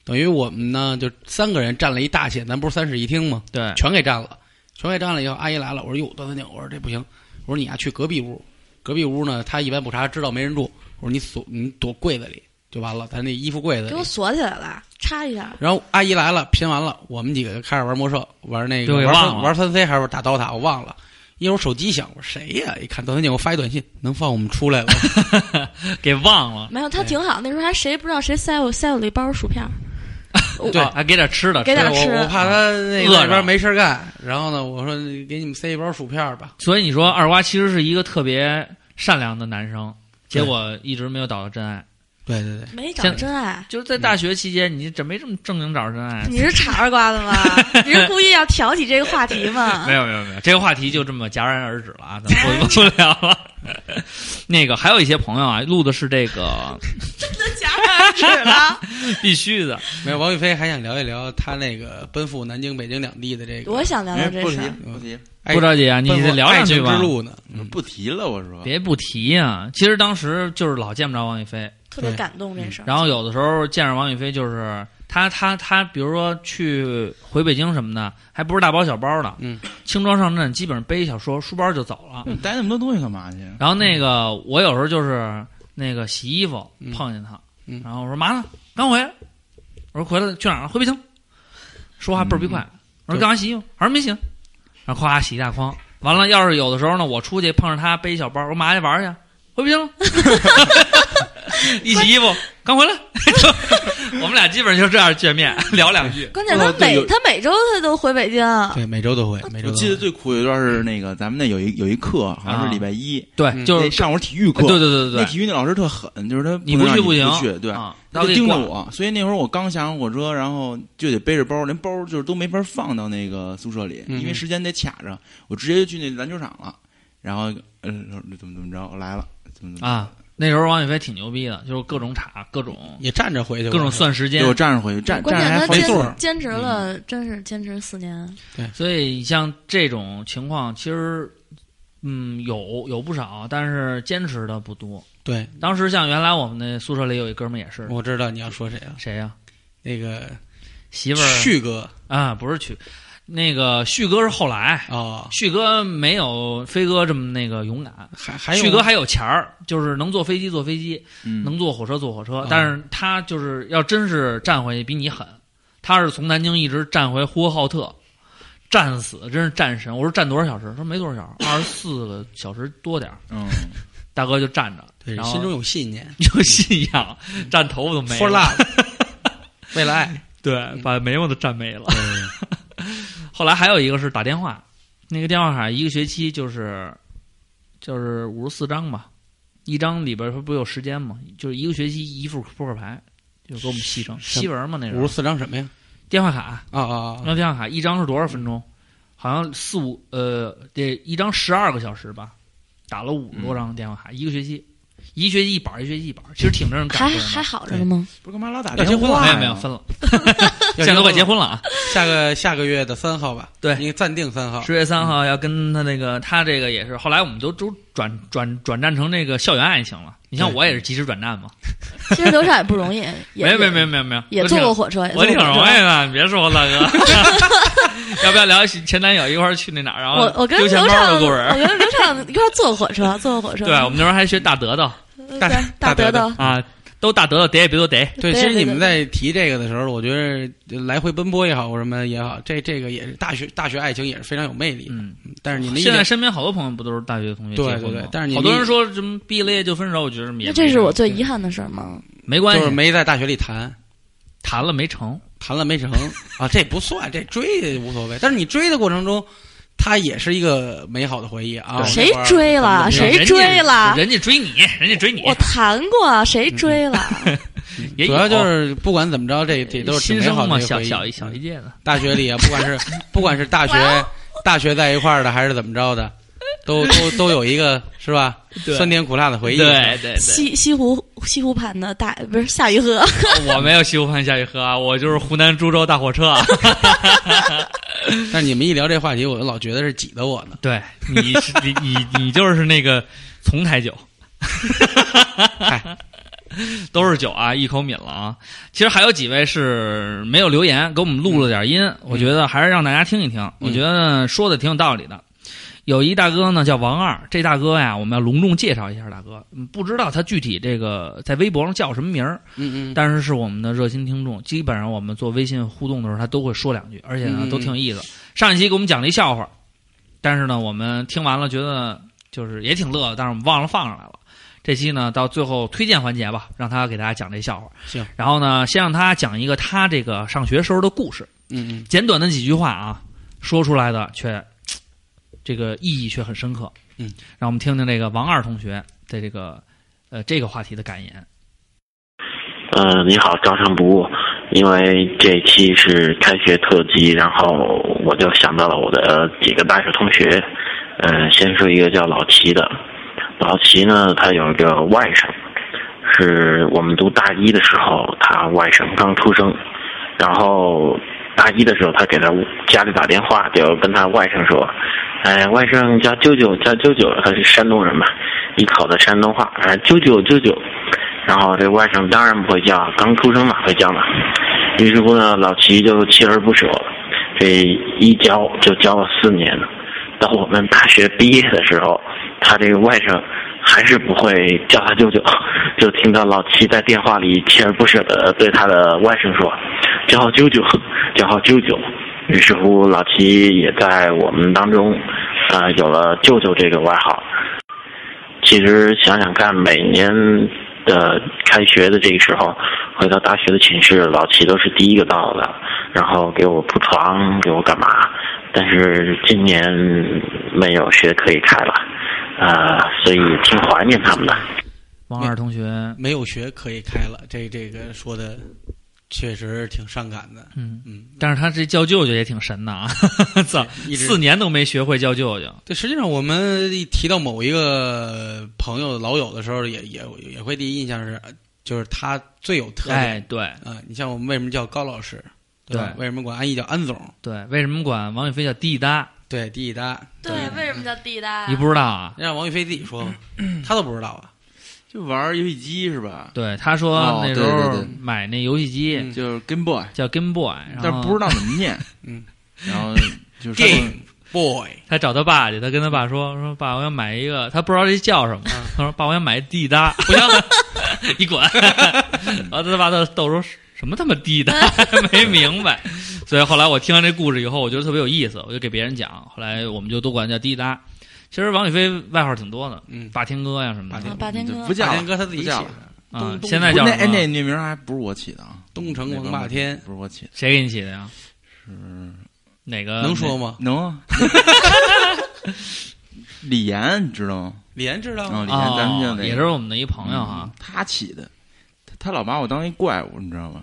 等于我们呢就三个人占了一大间，咱不是三室一厅吗？
对，
全给占了，全给占了以后，阿姨来了，我说哟段三娘，我说这不行，我说你呀、去隔壁屋，隔壁屋呢她一般不查，知道没人住，我说你锁你躲柜子里就完了，咱那衣服柜子
给
里
我锁起来了，插一下。
然后阿姨来了，拼完了，我们几个就开始玩魔兽，玩那个
就给
玩
忘
三
了
玩三 C 还是打刀塔，我忘了。一会儿手机响，我说谁呀、一看段小姐，我发一短信，能放我们出来了吗？
[LAUGHS] 给忘了。
没有，他挺好。那时候还谁不知道谁塞我塞我了一包薯片儿，
对
啊还给点吃的，
给点
吃的
吃
我我怕他那
饿着
个那边没事干，然后呢，我说给你们塞一包薯片吧。
所以你说二瓜其实是一个特别善良的男生，结果一直没有找到真爱。
对对对，
没找
现
真爱。
就是在大学期间，你这没这么正经找着真爱。
你是插二瓜子吗？ [LAUGHS] 你是故意要挑起这个话题吗
没？有没有没有，这个话题就这么戛然而止了啊，咱
[LAUGHS]
们不不聊了。 [LAUGHS] 那个还有一些朋友啊，录的是这个
戛然而止了，
[LAUGHS] 必须的，
没有王宇飞还想聊一聊他那个奔赴南京、北京两地的这个
我想聊聊
哎
这
不
事
提
儿。
不提，
[LAUGHS] 哎
不着急啊，你
奔赴
得聊
爱
上去
情
吧
之，路呢。
嗯不提了。我说，
别不提呀、其实当时就是老见不着王宇飞，
特别感动这事儿。
嗯然后有的时候见着王宇飞，就是他他他，比如说去回北京什么的，还不是大包小包的，
嗯，
轻装上阵，基本上背一小说书包就走了。
带那么多东西干嘛去？
然后那个我有时候就是那个洗衣服
嗯
碰见他，
嗯
然后我说嘛呢？刚回来，我说回来去哪儿了？回北京。说话倍儿
嗯
逼快，我说干嘛洗衣服？我说没洗，然后夸洗一大筐。完了，要是有的时候呢，我出去碰着他背一小包，我说嘛去玩啊儿去？回北京了。一洗衣服，刚回来， [LAUGHS] 就 [LAUGHS] 我们俩基本上就这样见面聊两句。
关键他
哦对
每
有
他每周他都回北京，
对，每周都会，每周
我
都
记得
会。
最苦有一段是那个咱们那有一有一课，好像是礼拜一，
啊对，
嗯
就是
那上午体育课，
哎对对对
那
对
体
对，
育那老师特狠，就是他
你
不能让
去不
你不
行，
去对，
啊，
他就
给
盯着
挂
我，所以那会儿我刚下完火车，然后就得背着包，连包就是都没法放到那个宿舍里，
嗯
因为时间得卡着，我直接就去那篮球场了，然后呃怎么怎么着我来了，怎么怎么
啊，那时候王宇飞挺牛逼的，就是各种查，各种
也站着回去，
各种
我说
算时
着，
间
给。我站着回去，站
关
站
键
着还
他
好几座儿
坚坚持了，真是坚持四年。
所以像这种情况，其实嗯有有不少，但是坚持的不多。
对，
当时像原来我们那宿舍里有一哥们儿也是，
我知道你要说谁啊？
谁呀、
那个
媳妇儿
旭哥
啊，不是去，那个旭哥是后来，
哦，
旭哥没有飞哥这么那个勇敢。
还还有
旭哥
吗
还有钱儿，就是能坐飞机坐飞机，
嗯，
能坐火车坐火车，
嗯
但是他就是要真是站回去比你狠，他是从南京一直站回呼和浩特，战死，真是战神。我说站多少小时？说没多少小时，二十四个小时多点儿。
嗯，
[LAUGHS] 大哥就站着，
对
然后
心中有信念，
[LAUGHS] 有信仰，站头发都没 [LAUGHS]
For
了，
love，为了爱。嗯
对，把眉毛都站没了。 [LAUGHS] 后来还有一个是打电话，那个电话卡一个学期就是就是五十四张吧，一张里边儿不有时间嘛，就是一个学期一副扑克牌，就给我们细成
什
西文嘛那时候
五十四张什么呀？
电话卡，
啊啊啊！
那电话卡一张是多少分钟？好像四五呃，得一张十二个小时吧，打了五十多张电话
嗯
卡，一个学期，一学期一板儿，一学期一板儿，其实挺让人感
还
动
还
的。
好着呢吗？
不是干嘛老打
要
电
结婚了
话
没
呀
有没有分了， [LAUGHS] 现在都快结，婚了啊！
下个下个月的三号吧？
对
你暂定三号。
十月三号要跟他那个，他这个也是，后来我们都都转转转战成那个校园爱情了。你像
对
我也是及时转战嘛，
其实刘畅也不容易，
没
也
有没有没有没有没有，
也
我
坐
挺
过火车，也坐
我
过
挺
火
容
车
易的，你别说我大哥， [LAUGHS] 要不要聊前男友一块儿去那哪儿？然后
我我跟
丢钱
刘
包
畅，
的故
我
事。 [LAUGHS]
跟刘畅一块儿坐火车，坐火车。
对，我们那时候还学大德的，
大
对
大
德
德
的，
啊，都大得了，逮也别多逮。
嗯
对，
对
其实
对
你们
对
在提这个的时候，我觉得来回奔波也好，或什么也好，这这个也是大学大学爱情也是非常有魅力的。
嗯，
但 [LAUGHS] 是你们一
现在
点
身边好多朋友不都是大学同学
对
结婚吗
对对但是你
好多人说什么毕了业就分手，我觉得也
那这是我最
没
遗憾的事儿吗？
没关
就是
系，
没在大学里谈，
谈了没成，
谈了没
[LAUGHS]
成啊，这不算，这追也无所谓。但是你追的过程中，它也是一个美好的回忆啊。
谁追了？
怎么
谁
人家
追了？
人家追你，人家追你，
我谈过，啊谁
嗯
追了？
也
主
有
要就是不管怎么着，这这都是挺
新
美好
生嘛，
的一个
小
回忆。嗯
小一小一届的， [LAUGHS]
大学里啊，不管是不管是大学大学在一块儿的，还是怎么着的，都都都有一个是吧？
[LAUGHS] 对
酸甜苦辣的回忆。
对对对，
西西湖西湖畔的大不是夏雨
[LAUGHS]
荷，
我没有西湖畔下雨河啊，我就是湖南株洲大火 [LAUGHS] 车。啊
但是你们一聊这话题，我老觉得是挤得我呢。
对，你是你你你就是那
[LAUGHS]
个丛台酒，哎都是酒啊，一口抿了啊。其实还有几位是没有留言，给我们录了
嗯
点音，我觉得还是让大家听一听，我觉得说的挺有道理的。有一大哥呢叫王二，这大哥呀，我们要隆重介绍一下大哥。嗯不知道他具体这个在微博上叫什么名儿，
嗯嗯，
但是是我们的热心听众，基本上我们做微信互动的时候，他都会说两句，而且呢
嗯
都挺有意思。上一期给我们讲了一笑话，但是呢我们听完了觉得就是也挺乐，但是我们忘了放上来了。这期呢到最后推荐环节吧，让他给大家讲这笑话。
行，
然后呢先让他讲一个他这个上学时候的故事，
嗯嗯，
简短的几句话啊，说出来的却嘖这个意义却很深刻。
嗯，
让我们听听这个王二同学的这个呃这个话题的感言。
呃，你好，照常不误。因为这期是开学特辑，然后我就想到了我的几个大学同学。呃，先说一个叫老齐的，老齐呢，他有一个外甥，是我们读大一的时候，他外甥刚出生，然后大一的时候，他给他家里打电话，就跟他外甥说：“哎，外甥叫舅舅，叫舅舅。”他是山东人嘛，一口的山东话，哎，舅舅，舅舅。然后这外甥当然不会叫，刚出生哪会叫呢？于是乎呢，老齐就锲而不舍，这一教就教了四年。到我们大学毕业的时候，他这个外甥还是不会叫他舅舅，就听到老七在电话里锲而不舍地对他的外甥说：“叫好舅舅，叫好舅舅。”于是乎，老七也在我们当中，啊、有了“舅舅”这个外号。其实想想看，每年的开学的这个时候，回到大学的寝室，老齐都是第一个到的，然后给我铺床，给我干嘛。但是今年没有学可以开了，啊、所以挺怀念他们的。
王二同学，
没有学可以开了，这这个说的确实挺伤感的。
嗯，
嗯，
但是他这叫舅舅也挺神的啊， [LAUGHS] 操，
[LAUGHS] 一直
四年都没学会叫舅舅。
对，实际上我们一提到某一个朋友老友的时候，也也也会第一印象是，呃就是他最有特点
哎，对
啊、你像我们为什么叫高老师，对吧？
对
为什么管安逸叫安总？
对，为什么管王宇飞叫滴答？
对，滴滴答，
对，为什么叫滴答？
你不知道啊？
让王宇飞自己说吧，他都不知道啊。
就玩游戏机是吧？
对，他说
哦
那时
对对
候
对
买那游戏机
嗯
就是 Game Boy，
叫 Game Boy，然
但是
后
不知道怎么
[LAUGHS]
念。
嗯，
然后就是
Game Boy，
他找他爸去，他跟他爸说说爸，我想买一个，他不知道这叫什么，他说爸，我想买滴答，不行， [LAUGHS] 你滚。 [LAUGHS] 然后他爸他逗说什么他妈滴答， [LAUGHS] 没明白。所以后来我听完这故事以后，我觉得特别有意思，我就给别人讲，后来我们就都管他叫滴答。其实王宇飞外号挺多的，
嗯，
霸天哥呀什么
霸
的
啊，
天
霸天
嗯就
哥
不，叫
霸
了
天哥他自己
不
起
叫了
的，
啊
东。东
现在
不是
叫
那
什
哎
么
那？那名儿还不是我起的啊，
东城
那
王
个
霸天
不是我起的，
谁给你起的呀？
是
哪个
能说吗？
能啊。 [LAUGHS] 李岩你知道吗？
李岩知道
啊，
吗？
李岩咱们就
哦
那，个
也是我们的一朋友哈
嗯。他起的，他他老把我当一怪物，你知道吗？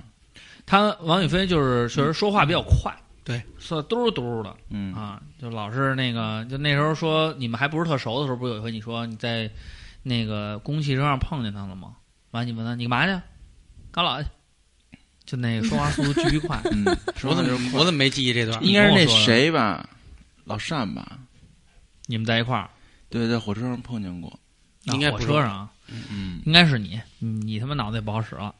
他王宇飞就是确实说话比较快，
对，
说得嘟噜嘟噜的。
嗯，
啊，就老是那个，就那时候说你们还不是特熟的时候，不是有一回你说你在那个公汽车上碰见他了吗？完你问他你干嘛去？干老去？就那个说话速度巨快， [LAUGHS]
嗯，
我怎么我怎么没记忆这段？
应该是
你跟
那
我说的
谁吧，老善吧？
你们在一块儿，
对，在火车上碰见过。
那
应该
火
不是
车上
[LAUGHS]
啊，
嗯，
应该是你，你你他妈脑子也不好使了。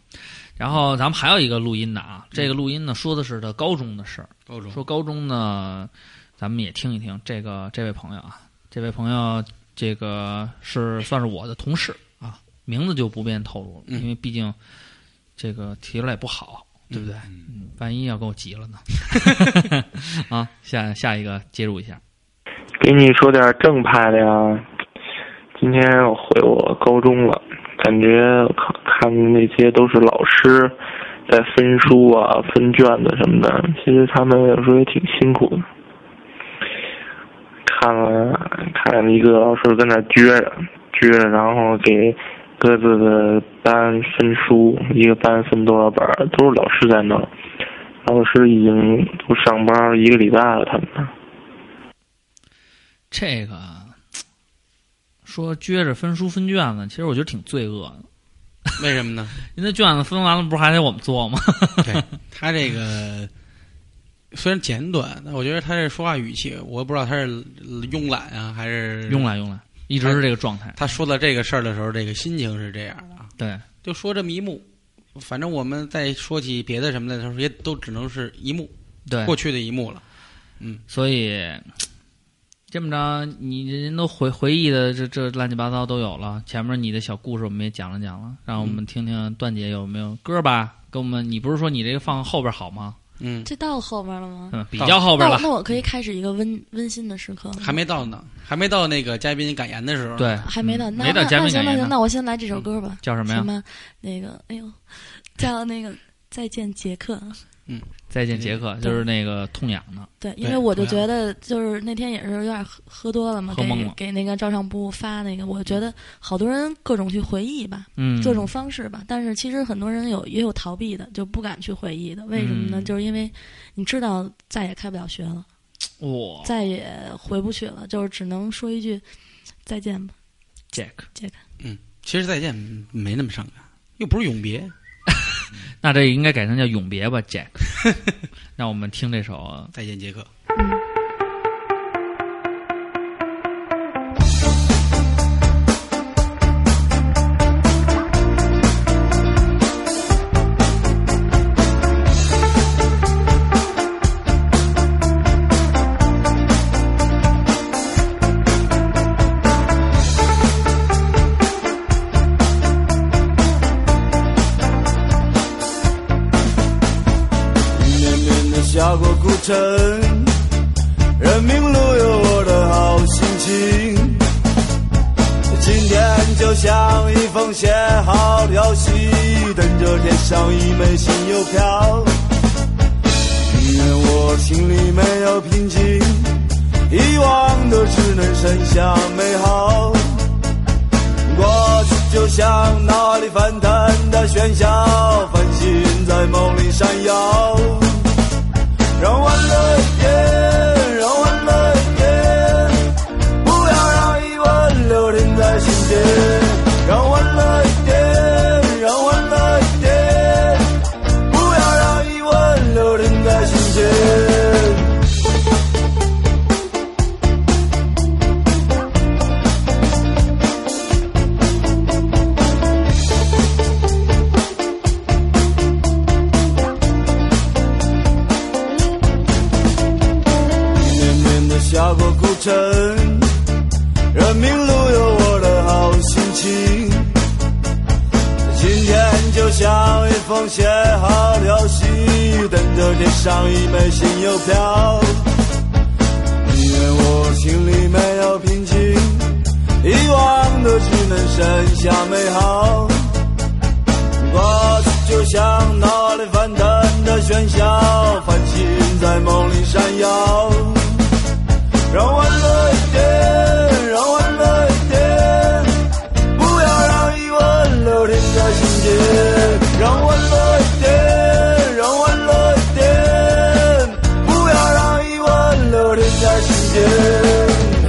然后咱们还有一个录音的啊，这个录音呢说的是他高中的事儿，
嗯高中
说高中呢，咱们也听一听这个这位朋友啊，这位朋友这个是算是我的同事啊，名字就不便透露了，
嗯
因为毕竟这个提出来也不好，对不对？嗯，万一要跟我急了呢？ [LAUGHS] 啊，下下一个接入一下，
给你说点正派的呀。今天我回我高中了，感觉看看那些都是老师在分书啊、分卷子什么的，其实他们有时候也挺辛苦的。看了看了一个老师跟那撅着撅着，然后给各自的班分书，一个班分多少本儿，都是老师在弄。老师已经都上班一个礼拜了，他们。
这个说撅着分书分卷子，其实我觉得挺罪恶的。
为什么呢？
您的卷子分完了，不是还得我们做吗？ [LAUGHS]
对他这个虽然简短，但我觉得他这说话语气，我不知道他是慵懒啊，还是
慵懒慵懒，一直是这个状态。
他说到这个事儿的时候，这个心情是这样的啊。
对，
就说这么一幕，反正我们再说起别的什么的时候，也都只能是一幕
对
过去的一幕了。嗯
所以这么着，你人都回回忆的这这乱七八糟都有了。前面你的小故事我们也讲了讲了，让我们听听段姐有没有歌吧？跟我们，你不是说你这个放后边好吗？
嗯，
这到后面了吗？
嗯，比较后边
那
了
我。那我可以开始一个温温馨的时刻吗，
还没到呢，还没到那个嘉宾感言的时候。，
对，
啊还没到，
嗯
那
没到
那
嘉
那
宾
行
感
那
言
行，
呢嗯
那。我先来这首歌吧。
叫什么
什
呀？
么那个，哎呦，叫那个再见杰克。
再见，杰克，就是那个痛痒的。
对，因
对
为我就
同
觉得，就是那天也是有点喝喝多了嘛，
喝懵了
给给那个照相部发那个，我觉得好多人各种去回忆吧，
嗯，
各种方式吧，但是其实很多人有也有逃避的，就不敢去回忆的。为什么呢？
嗯
就是因为你知道再也开不了学了，
哇
再也回不去了，就是只能说一句再见吧。
，Jack，
其实再见没那么伤感，又不是永别。
[LAUGHS] 那这应该改成叫永别吧，Jack。让我们听这首
再见，杰克。
绵绵的峡谷古城，人民路有我的好心情。今天就像一封写好的消息，等着贴上一枚新邮票。因为我心里没有平静，遗忘的只能剩下美好。过去就像那里翻腾的喧嚣，繁星在梦里闪耀。让欢乐一点，让欢乐一点，不要让疑问留停在心间。让欢乐一点，让欢乐一点，不要让疑问留停在心间。绵绵的峡谷古城，人民路有我的好心情。今天就像一封写好的消息，等着贴上一枚新邮票。因为我心里没有平静，遗忘的只能剩下美好。过去就像那里翻腾的喧嚣，繁星在梦里闪耀。让欢乐一点，让欢乐一点，不要让疑问留停在心间。让欢乐一点，让欢乐一点，不要让疑问留停在心间。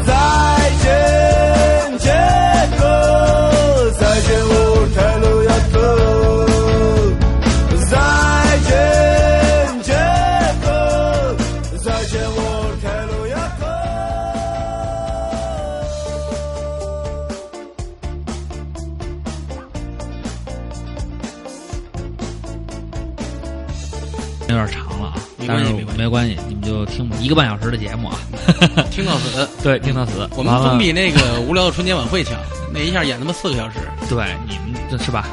再见，杰克，再见，舞台路亚克。再见，杰克，再见，我开路亚克。
有点长了啊，
没
但
关系
是
没关系
没关系，你们就听一个半小时的节目啊。
[LAUGHS] 听到死，
[LAUGHS] 对，听到死，
我们
完了
总比那个无聊的春节晚会强。那一下演他妈四个小时，
对你们这是吧？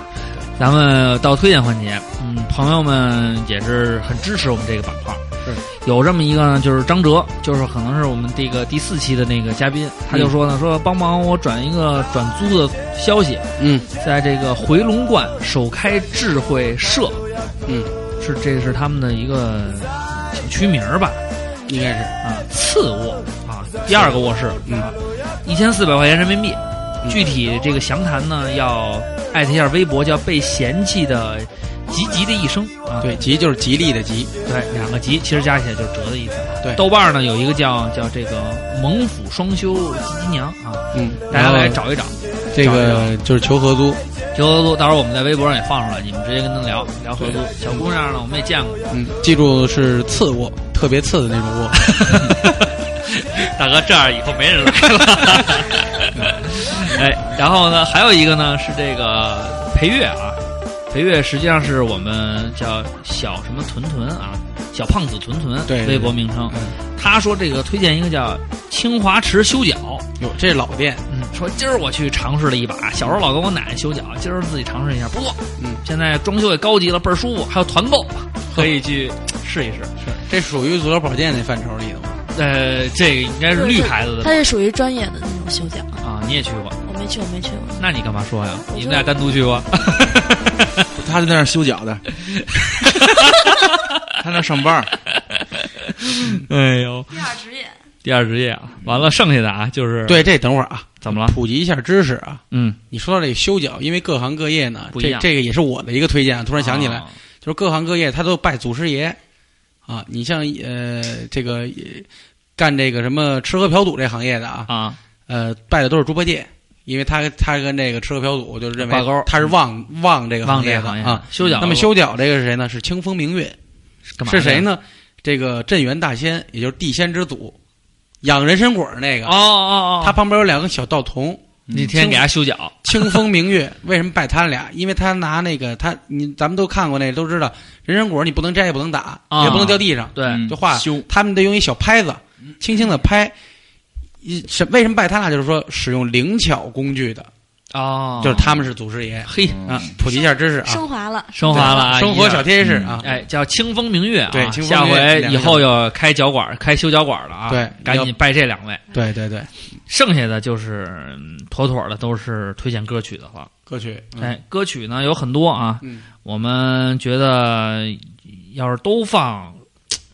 咱们到推荐环节，嗯，朋友们也是很支持我们这个板块。
是
有这么一个呢，就是张哲，就是可能是我们这个第四期的那个嘉宾，他就说呢，说帮忙我转一个转租的消息，
嗯
在这个回龙观首开智慧社，
嗯，
是这是他们的一个小区名儿吧？
应该是
啊，次卧啊，第二个卧室，嗯，一千四百块钱人民币。
嗯
具体这个详谈呢，要艾特一下微博，叫被嫌弃的吉吉的一生啊，
对，吉就是吉利的吉，
对，两个吉，其实加起来就是折的意思。
对
豆瓣呢有一个叫叫这个猛虎双修吉吉娘啊，
嗯，
大家来
然后
找一找。
这个就是求合租，
求合租，到时候我们在微博上也放出来，你们直接跟他聊聊合租。小姑娘呢，我们也见过，
嗯，记住是次卧，特别次的那种卧。
大哥，这样以后没人来了。哎，然后呢，还有一个呢是这个裴月啊，裴月实际上是我们叫小什么屯屯啊，小胖子屯屯，
对对
微博名称。他说这个推荐一个叫清华池修脚，
哟，这老店，
嗯，说今儿我去尝试了一把，小时候老跟我奶奶修脚，今儿自己尝试一下，不错，
嗯，
现在装修也高级了，倍儿舒服，还有团购，可以去试一试。
这属于足疗保健那范畴里的吗？
呃，这个应该是绿牌子的吧
它是属于专业的那种修脚，
啊，你也去过，
我没去，我没去过。
那你干嘛说呀？
嗯
你们俩单独去
[LAUGHS]
过？
他就在那儿修脚的，他那儿上班儿，
[LAUGHS] 哎呦，
第二职业，
[LAUGHS] 第二职业啊，完了剩下的啊就是，
对，这等会儿啊，
怎么了？
普及一下知识啊。
嗯，
你说到这个修脚，因为各行各业呢，
不一
这
样哦
这个也是我的一个推荐啊。突
突
然想起来，就是各行各业他都拜祖师爷啊。你像呃这个呃干这个什么吃喝嫖赌这行业的啊，
啊，
呃拜的都是猪八戒，因为他他跟这个吃喝嫖赌就是认为
挂钩嗯
他是旺旺这个
忘
行
这
业
个
的
行业
啊。，
修脚。
那么修脚这个是谁呢？是清风明月，
干嘛
是谁？呢？这个镇元大仙，也就是地仙之祖，养人参果儿那个
哦哦哦，
他旁边有两个小道童，
那天给他修脚，
[LAUGHS] 清风明月。为什么拜他俩？因为他拿那个他你咱们都看过那个都知道，人参果你不能摘也不能打，
啊
也不能掉地上，
对，
嗯
就画。
修
他们得用一小拍子，
嗯
轻轻的拍。一什为什么拜他俩？就是说使用灵巧工具的，
哦，
就是他们是祖师爷
嘿
嗯
啊，
普及一下知识啊，
升华了，
升华了啊，
生活小贴士
嗯。
啊
哎，叫清风明月啊，
对清风
下
明月
回
两
以
个
后要开脚馆、开修脚馆了啊，
对
赶
要
紧拜这两位，
对对对，
剩下的就是嗯妥妥的都是推荐歌曲的了。
歌曲，嗯
哎，歌曲呢有很多啊，
嗯
我们觉得要是都放，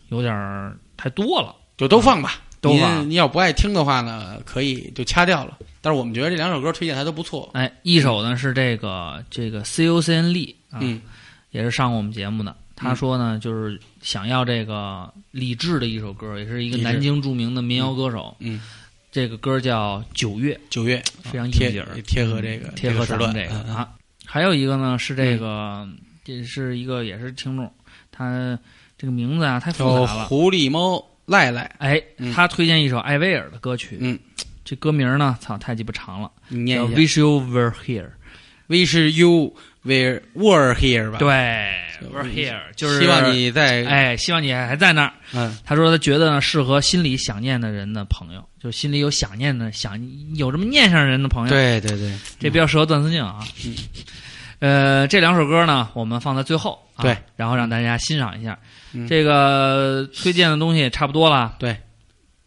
有点儿太多了。
就都放吧。
都
您
放
您要不爱听的话呢，可以就掐掉了。但是我们觉得这两首歌推荐还都不错。
哎，一首呢是这个这个 C U C N 丽啊，
嗯
也是上过我们节目的。他说呢，就是想要这个李志的一首歌，也是一个
李志
南京著名的民谣歌手。
嗯，
这个歌叫《九月》，
九月啊
非常应
贴
景儿，
贴合这个
贴合咱们
这
这个
个时段嗯嗯嗯
啊。还有一个呢是这个，这是一个也是听众，他这个名字啊太复
叫
杂了。
狐狸猫赖赖，
哎，
嗯
他推荐一首艾薇儿的歌曲，
嗯，
这歌名呢，操，太鸡巴长了，
你念
叫
一下。
Wish You Were Here。
Wish you were were here 吧。嗯
对，Were Here，就是
希望你在
哎，希望你还在那儿。
嗯
他说他觉得呢，适合心里想念的人的朋友，就是心里有想念的想有这么念想的人的朋友，
对对对，
这比较适合段思静啊。
嗯
呃，这两首歌呢，我们放在最后、啊，
对，
然后让大家欣赏一下。
嗯
这个推荐的东西也差不多了，
对。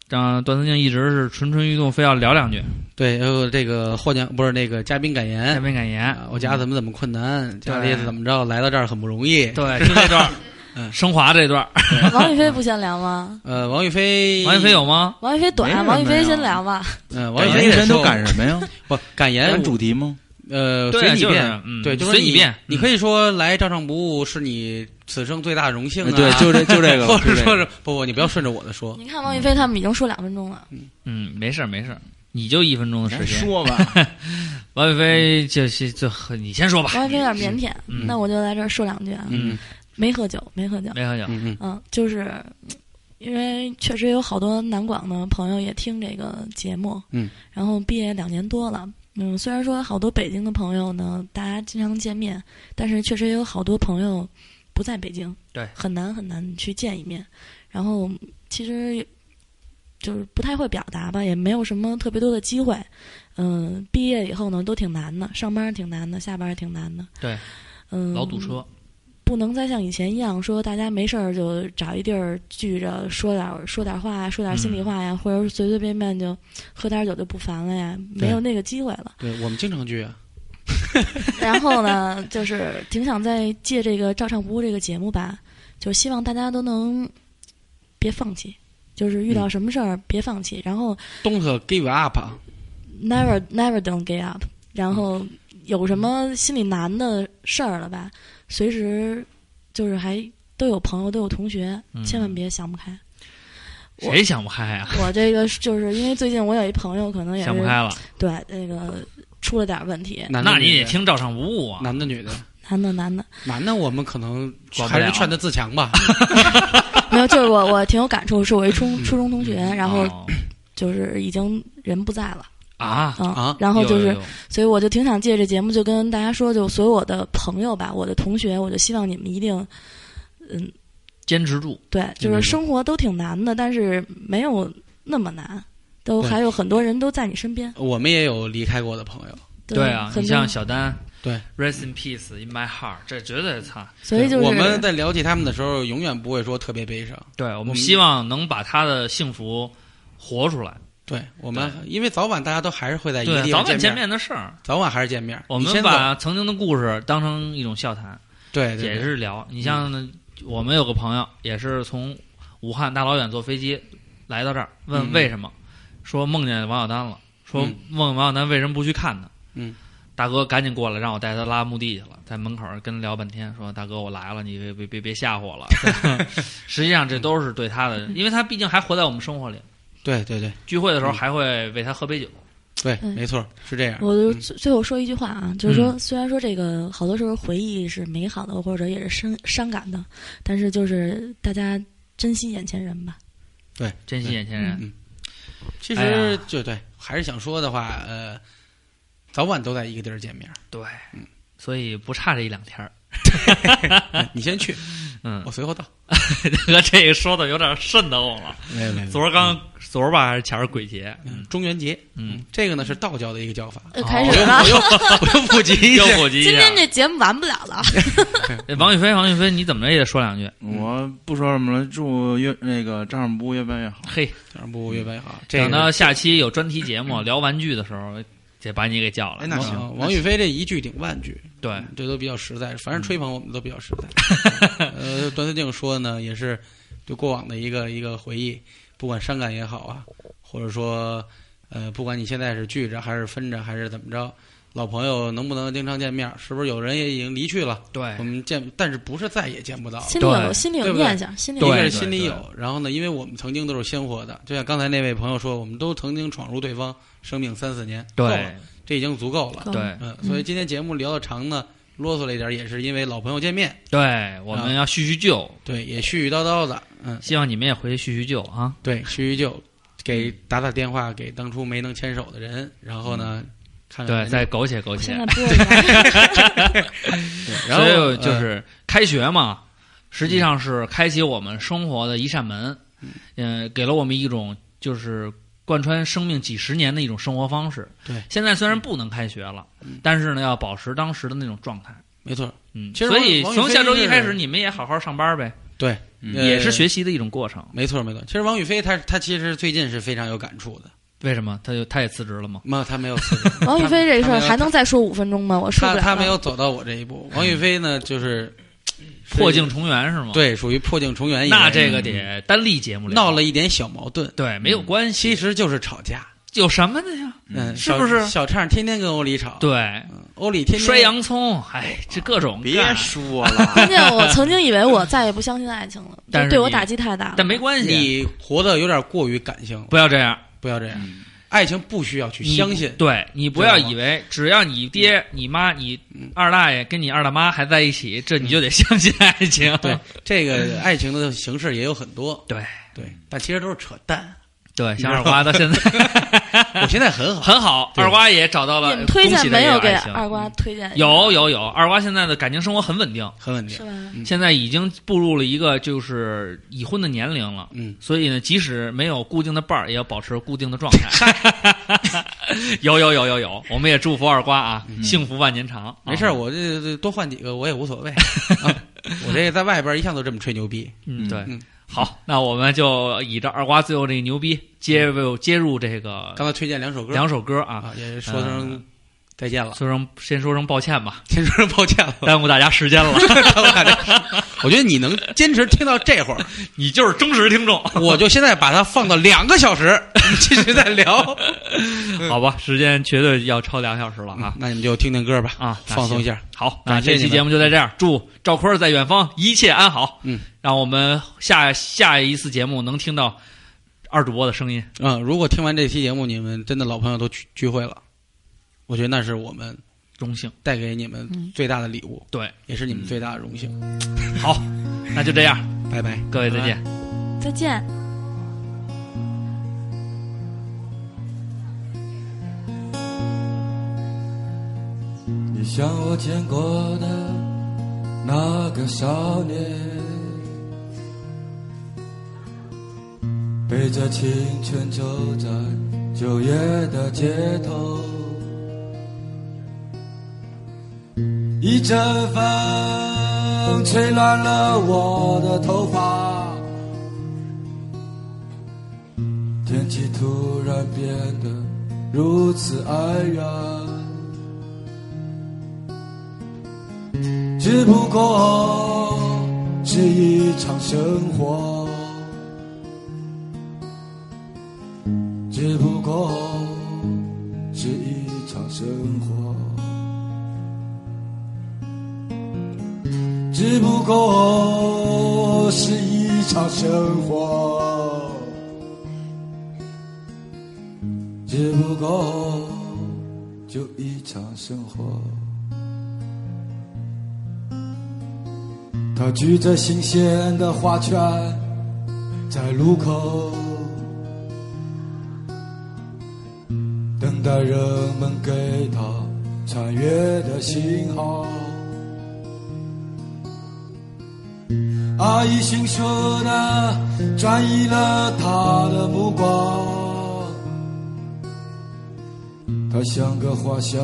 让段思静一直是蠢蠢欲动，非要聊两句。
对，然后这个获奖不是那个嘉宾感
嘉
言。
宾感言
啊，，我家怎么怎么困难，家里怎么着，来到这儿很不容易。
对，就这段儿，
[LAUGHS] 嗯
升华这段儿，
王宇飞不先聊吗？
呃，王宇飞，
王一飞有吗？
王宇飞
没什
短，啊
么
王宇飞
呀
先聊吧。
嗯，王
感
宇
言
飞
一天
说
都赶什么呀？
不感言
赶主题吗？
呃，
对
随你
就是
便，
嗯
对，就
随
是
你便
你
嗯
可以说来照常不误是你此生最大的荣幸啊，
对，就这
[LAUGHS]
就这个，
或者
就这
说
个
是不不，你不
[LAUGHS]
要顺着我的说，
你看王宇飞他们已经说两分钟了，
嗯，没事儿没事儿，你就一分钟的时间。
说吧，
王宇飞就是就你先说吧，嗯
王宇飞有点腼腆，那我就来这儿说两句啊。
嗯
没喝酒，没喝酒，
没喝酒，
嗯嗯
嗯，就是嗯因为确实有好多南广的朋友也听这个节目，
嗯，
然后毕业两年多了。嗯，虽然说好多北京的朋友呢，大家经常见面，但是确实也有好多朋友不在北京，
对
很难很难去见一面。然后其实就是不太会表达吧，也没有什么特别多的机会。嗯、毕业以后呢，都挺难的，上班儿挺难的，下班儿挺难的。
[LAUGHS] 对，
嗯，
老堵车，
不能再像以前一样说大家没事儿就找一地儿聚着说点儿说点儿话呀，说点儿
嗯
心里话呀，或者随随便便就喝点儿酒就不烦了呀，
对。
没有那个机会了
对我们经常聚啊，
然后呢，就是挺想再借这个照唱不误这个节目吧，就希望大家都能别放弃，就是
嗯
遇到什么事儿别放弃，然后
Don't give up 啊。
never never don't give up，然后有什么心里难的事儿了吧，随时就是还都有朋友，都有同学，
嗯
千万别想不开。我
谁想不开啊？
我这个是就是因为最近我有一朋友，可能也是
想不开了，
对那个出了点问题，
男的
那
女
你得
的
听照常不误啊。
男的女的，
男的男的，
男的我们可能
管不
还是
了
劝他自强吧。
没有，就是我我挺有感触，是我一初
嗯
初中同学，然后
哦
[CLEARS THROAT] 就是已经人不在了，
啊，
嗯，
啊
然后
有
就是
有有
所以我就挺想借这节目就跟大家说，就所有我的朋友吧，我的同学，我就希望你们一定，嗯，
坚持住，嗯
对，就是生活都挺难的，但是没有那么难，都
对
还有很多人都在你身边。
我们也有离开过的朋友，
对啊，
很
你
多
像小丹，
对
，Rest in peace in my heart，这绝对操，
所以就是
我们在聊起他们的时候，永远不会说特别悲伤。
对我
我
们
们
希望能把他的幸福活出来，
对我们，因为早晚大家都还是会在一个
对，
地
早
方
晚见
面，
面的事儿。
早晚还是见面。
我
你
们
先走
把曾经的故事当成一种笑谈，
对对嗯
也
对
是聊。你像我们有个朋友，也是从武汉大老远坐飞机来到这儿，问
嗯
为什么，说梦见王小丹了，说
嗯
梦见王小丹为什么不去看他？
嗯，
大哥赶紧过来，让我带他拉墓地去了，在门口跟他聊半天，说大哥我来了，你别别别别吓唬我了。 [LAUGHS] 实际上这都是对他的，因为他毕竟还活在我们生活里，
[LAUGHS] 对对对
聚会的时候还会为他喝杯酒。
对，
嗯
没错，是这样。
我就
嗯
最最后说一句话啊，就是
嗯
说，虽然说这个好多时候回忆是美好的，或者也是伤伤感的，但是就是大家珍惜眼前人吧。
珍惜眼前人，
嗯其
哎
实
呀
就对，还是想说的话，呃，早晚都在一个地儿见面。嗯
对，所以不差这一两天儿。
[LAUGHS] 你先去，
[LAUGHS] 嗯
我，随后到。
大哥 [LAUGHS] 这个说的有点瘆得慌了。
没有没有
昨儿刚，昨儿吧还是前儿鬼节，嗯
中元节，
嗯，
这个呢是道教的一个叫法。
呃，
哦
开
我
始
又
了
我，又我又普及
[LAUGHS]
一
又
下，
火急一
今
下
天。这节目完不了
[LAUGHS]
了。
哎王宇飞，王宇飞，你怎么着也得说两句。
我不说什么了，祝越那个张尚不越办越好。
嘿，
当然不越办越好。这个
等到下期有专题节目聊玩具的时候，得把你给叫来。
哎
嗯
那
王
行
王王宇飞这一句顶万句，嗯
对，
这都比较实在。
嗯
凡是吹捧我们都比较实
[LAUGHS]
在。呃，段思静说的呢，也是对过往的一个一个回忆，不管伤感也好啊，或者说，呃，不管你现在是聚着还是分着还是怎么着，老朋友能不能经常见面儿？是不是有人也已经离去了？
对
我们见，但是不是再也见不到了。
心里有
对
心里
对
有
不对
念想，心里
对
有
一个
念
是
想
心里
对
有，然后呢，因为我们曾经都是鲜活的，就像刚才那位朋友说，我们都曾经闯入对方生命三四年，够了
对
这已经足够了。
够
对
嗯，所以今天节目聊的长呢，啰嗦了一点，也是因为老朋友见面，嗯
对，我们要叙叙旧，
对，也絮絮叨叨的，嗯，
希望你们也回去叙叙旧啊。
对，叙叙旧，给
嗯
打打电话给当初没能牵手的人，然后呢，看
嗯
看
对，
人家
再苟且苟
我现
且
在。播一下，
[LAUGHS] 对
[LAUGHS] 所
然后呃
以就是开学嘛，实际上是开启我们生活的一扇门，嗯、给了我们一种就是贯穿生命几十年的一种生活方式。
对嗯
现在虽然不能开学了，但是呢，要保持当时的那种状态。
没错，
嗯，
其实
所以
王王宇
从
飞
下周
是
一开始，你们也好好上班呗，
对，呃
也是学习的一种过程。
没错没错。其实王宇飞他他其实最近是非常有感触的，
为什么？他就他也辞职了吗？
没有他没有辞职。
[LAUGHS] 王宇飞这事
他
儿
没有
还能再说五分钟吗？我受不
他
了
他
了
没有走到我这一步。王宇飞呢，就是
[LAUGHS] 破镜重圆是吗？，
对，属于破镜重圆一类。嗯
那这个得单立节目聊
闹了一点小矛盾，
对没有关系，
其实就是吵架。
有什么的呀？
嗯，
是不是
小小畅天天跟欧里吵，
对，
嗯，欧里天天
摔洋葱，哎，这各种干
说了，
关键我曾经以为我再也不相信爱情
[LAUGHS]
了，
但
就是对我
你
打击太大了。
但没关系，
你活得有点过于感性了，
不要这样，嗯
不要这样。爱情不需要去
你
相信，啊
对你不
知道
要
吗
以为只要你爹、你妈、你二大爷跟你二大妈还在一起，这你就得相信爱情。
嗯对这个爱情的形式也有很多，
嗯对
对，但其实都是扯淡。
[LAUGHS] 对，
知
像
道吗
二瓜到现在
[LAUGHS] 我现在很好，
很好，
对
二瓜也找到了
你们推荐没有给二？
恭喜他也有爱
瓜推荐？
情有有有，二瓜现在的感情生活很稳定，
很稳定
是。吧？
现在已经步入了一个就是已婚的年龄了。
嗯，
所以呢，即使没有固定的伴儿，也要保持固定的状
[LAUGHS]
态。有有有有有，我们也祝福二瓜啊，幸福万年长。啊
嗯没事儿，我这这多换几个我也无所谓。啊我这在外边一向都这么吹牛逼。
[LAUGHS] 嗯，对
嗯，
好，那我们就以这二瓜最后这个牛逼接入接入这个
刚才推荐两首歌，
两首歌啊，
啊，也说声再见了，
说声先说声抱歉吧， [LAUGHS]
先说声抱歉了。
耽误大家时间了。
[LAUGHS] 我觉得你能坚持听到这会儿，
[LAUGHS] 你就是忠实听众。
[LAUGHS] 我就现在把它放到两个
[LAUGHS]
小时，我们继续再聊。
好吧，时间绝对要超两小时了啊！
嗯那你们就听听歌吧，
啊，那
放松一下
行。好，那
感谢
这期
你们
节目就在这儿。祝赵坤儿在远方一切安好。
嗯，
让我们下下一次节目能听到二主播的声音。
啊、如果听完这期节目，你们真的老朋友都聚聚会了，我觉得那是我们
荣幸，
带给你们最大的礼物，
对，
也是你们最大的荣幸。
好，那就这样，
拜拜。
各位再见。
嗯
再见。
你像我见过的那个少年，背着青春走在九月的街头，一阵风吹乱了我的头发，天气突然变得如此哀怨。只不过是一场生活，只不过是一场生活，只不过是一场生活，只不过就一场生活。他举着新鲜的花圈，在路口等待人们给他穿越的信号。阿姨迅速地转移了他的目光，他像个花销，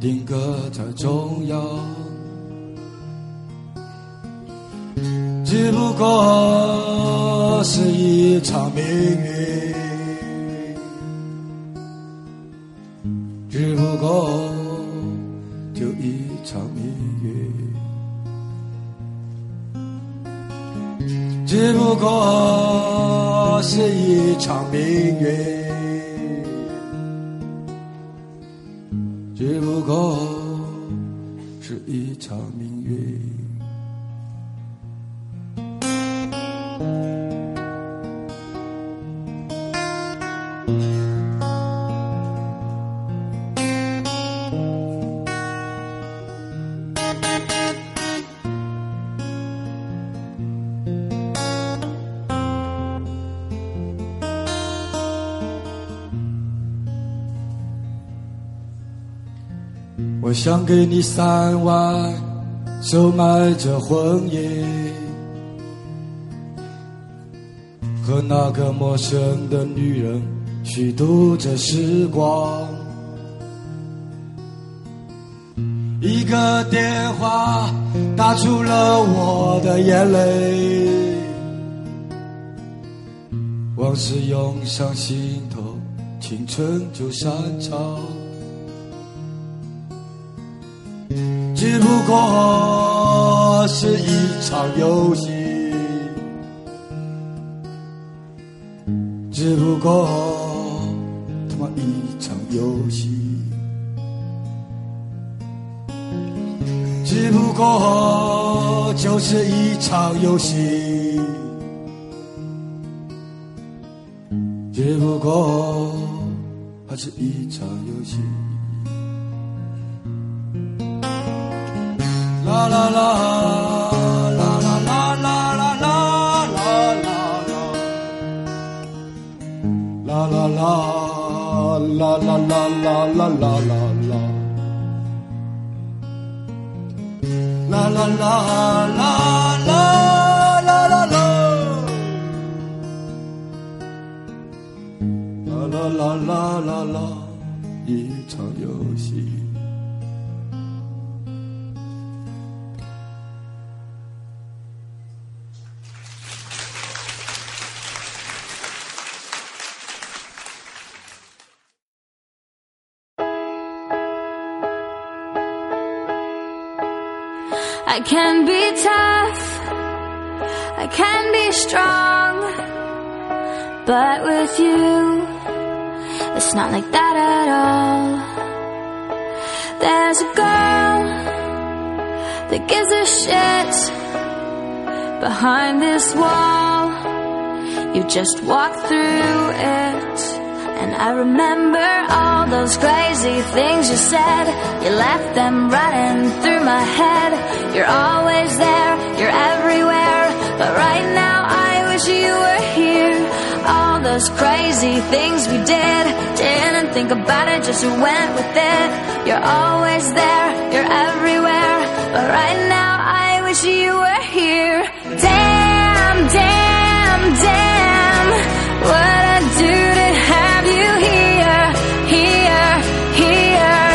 定格在中央。只不过是一场命运，只不过就一场命运，只不过是一场命运，只不过是一场命运。我想给你三万，收买这婚姻，和那个陌生的女人虚度着时光。一个电话打出了我的眼泪，往事涌上心头，青春就山潮。只不过是一场游戏，只不过他妈一场游戏，只不过就是一场游戏，只不过还是一场游戏。啦啦啦啦啦啦啦啦啦啦啦啦啦啦啦啦啦啦啦啦啦啦啦啦啦
Oh,
啦啦啦啦。啦啦啦啦啦啦，一场游戏。
I can be tough, I can be strong, but with you, it's not like that at all. There's a girl that gives a shit behind this wall. You just walk through it. And I remember all those crazy things you said. You left them running through my head. You're always there, you're everywhere. But right now I wish you were here. All those crazy things we did. Didn't think about it, just went with it. You're always there, you're everywhere. But right now I wish you were here. Damn, damn, damn. What I do to have you here, here, here.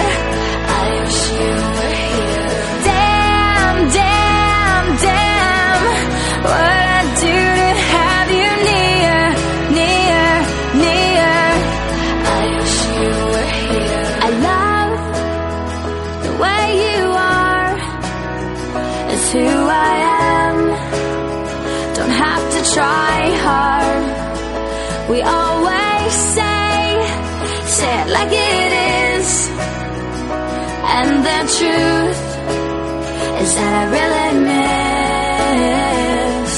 I wish you were here. Damn, damn, damn. What I do to have you near, near, near. I wish you were here. I love the way you are. It's who I am. Don't have to try hard. We always say, say it like it is. And the truth is that I really miss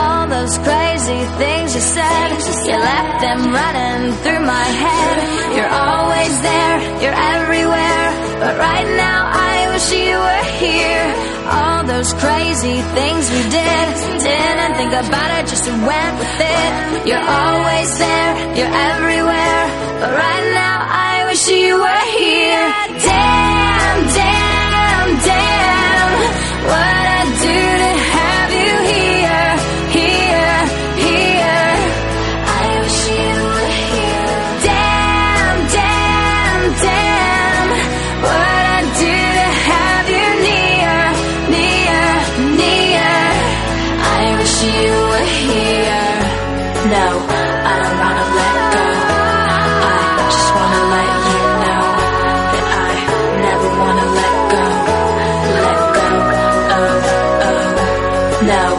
all those crazy things you said. You left them running through my head. You're always there, you're everywhere. But right now, I wish you were here. All those crazy things we did. Didn't think about it, just went with it. You're always there, you're everywhere. But right now, I wish you were here. Damn, damn, damn. What I do to have you here, here, here. I wish you were here. Damn, damn, damn. What I do to have you near, near, near. I wish you were here. No, um, I don't wanna let go. I just wanna let you know that I never wanna let go. Let go. Oh, oh. No,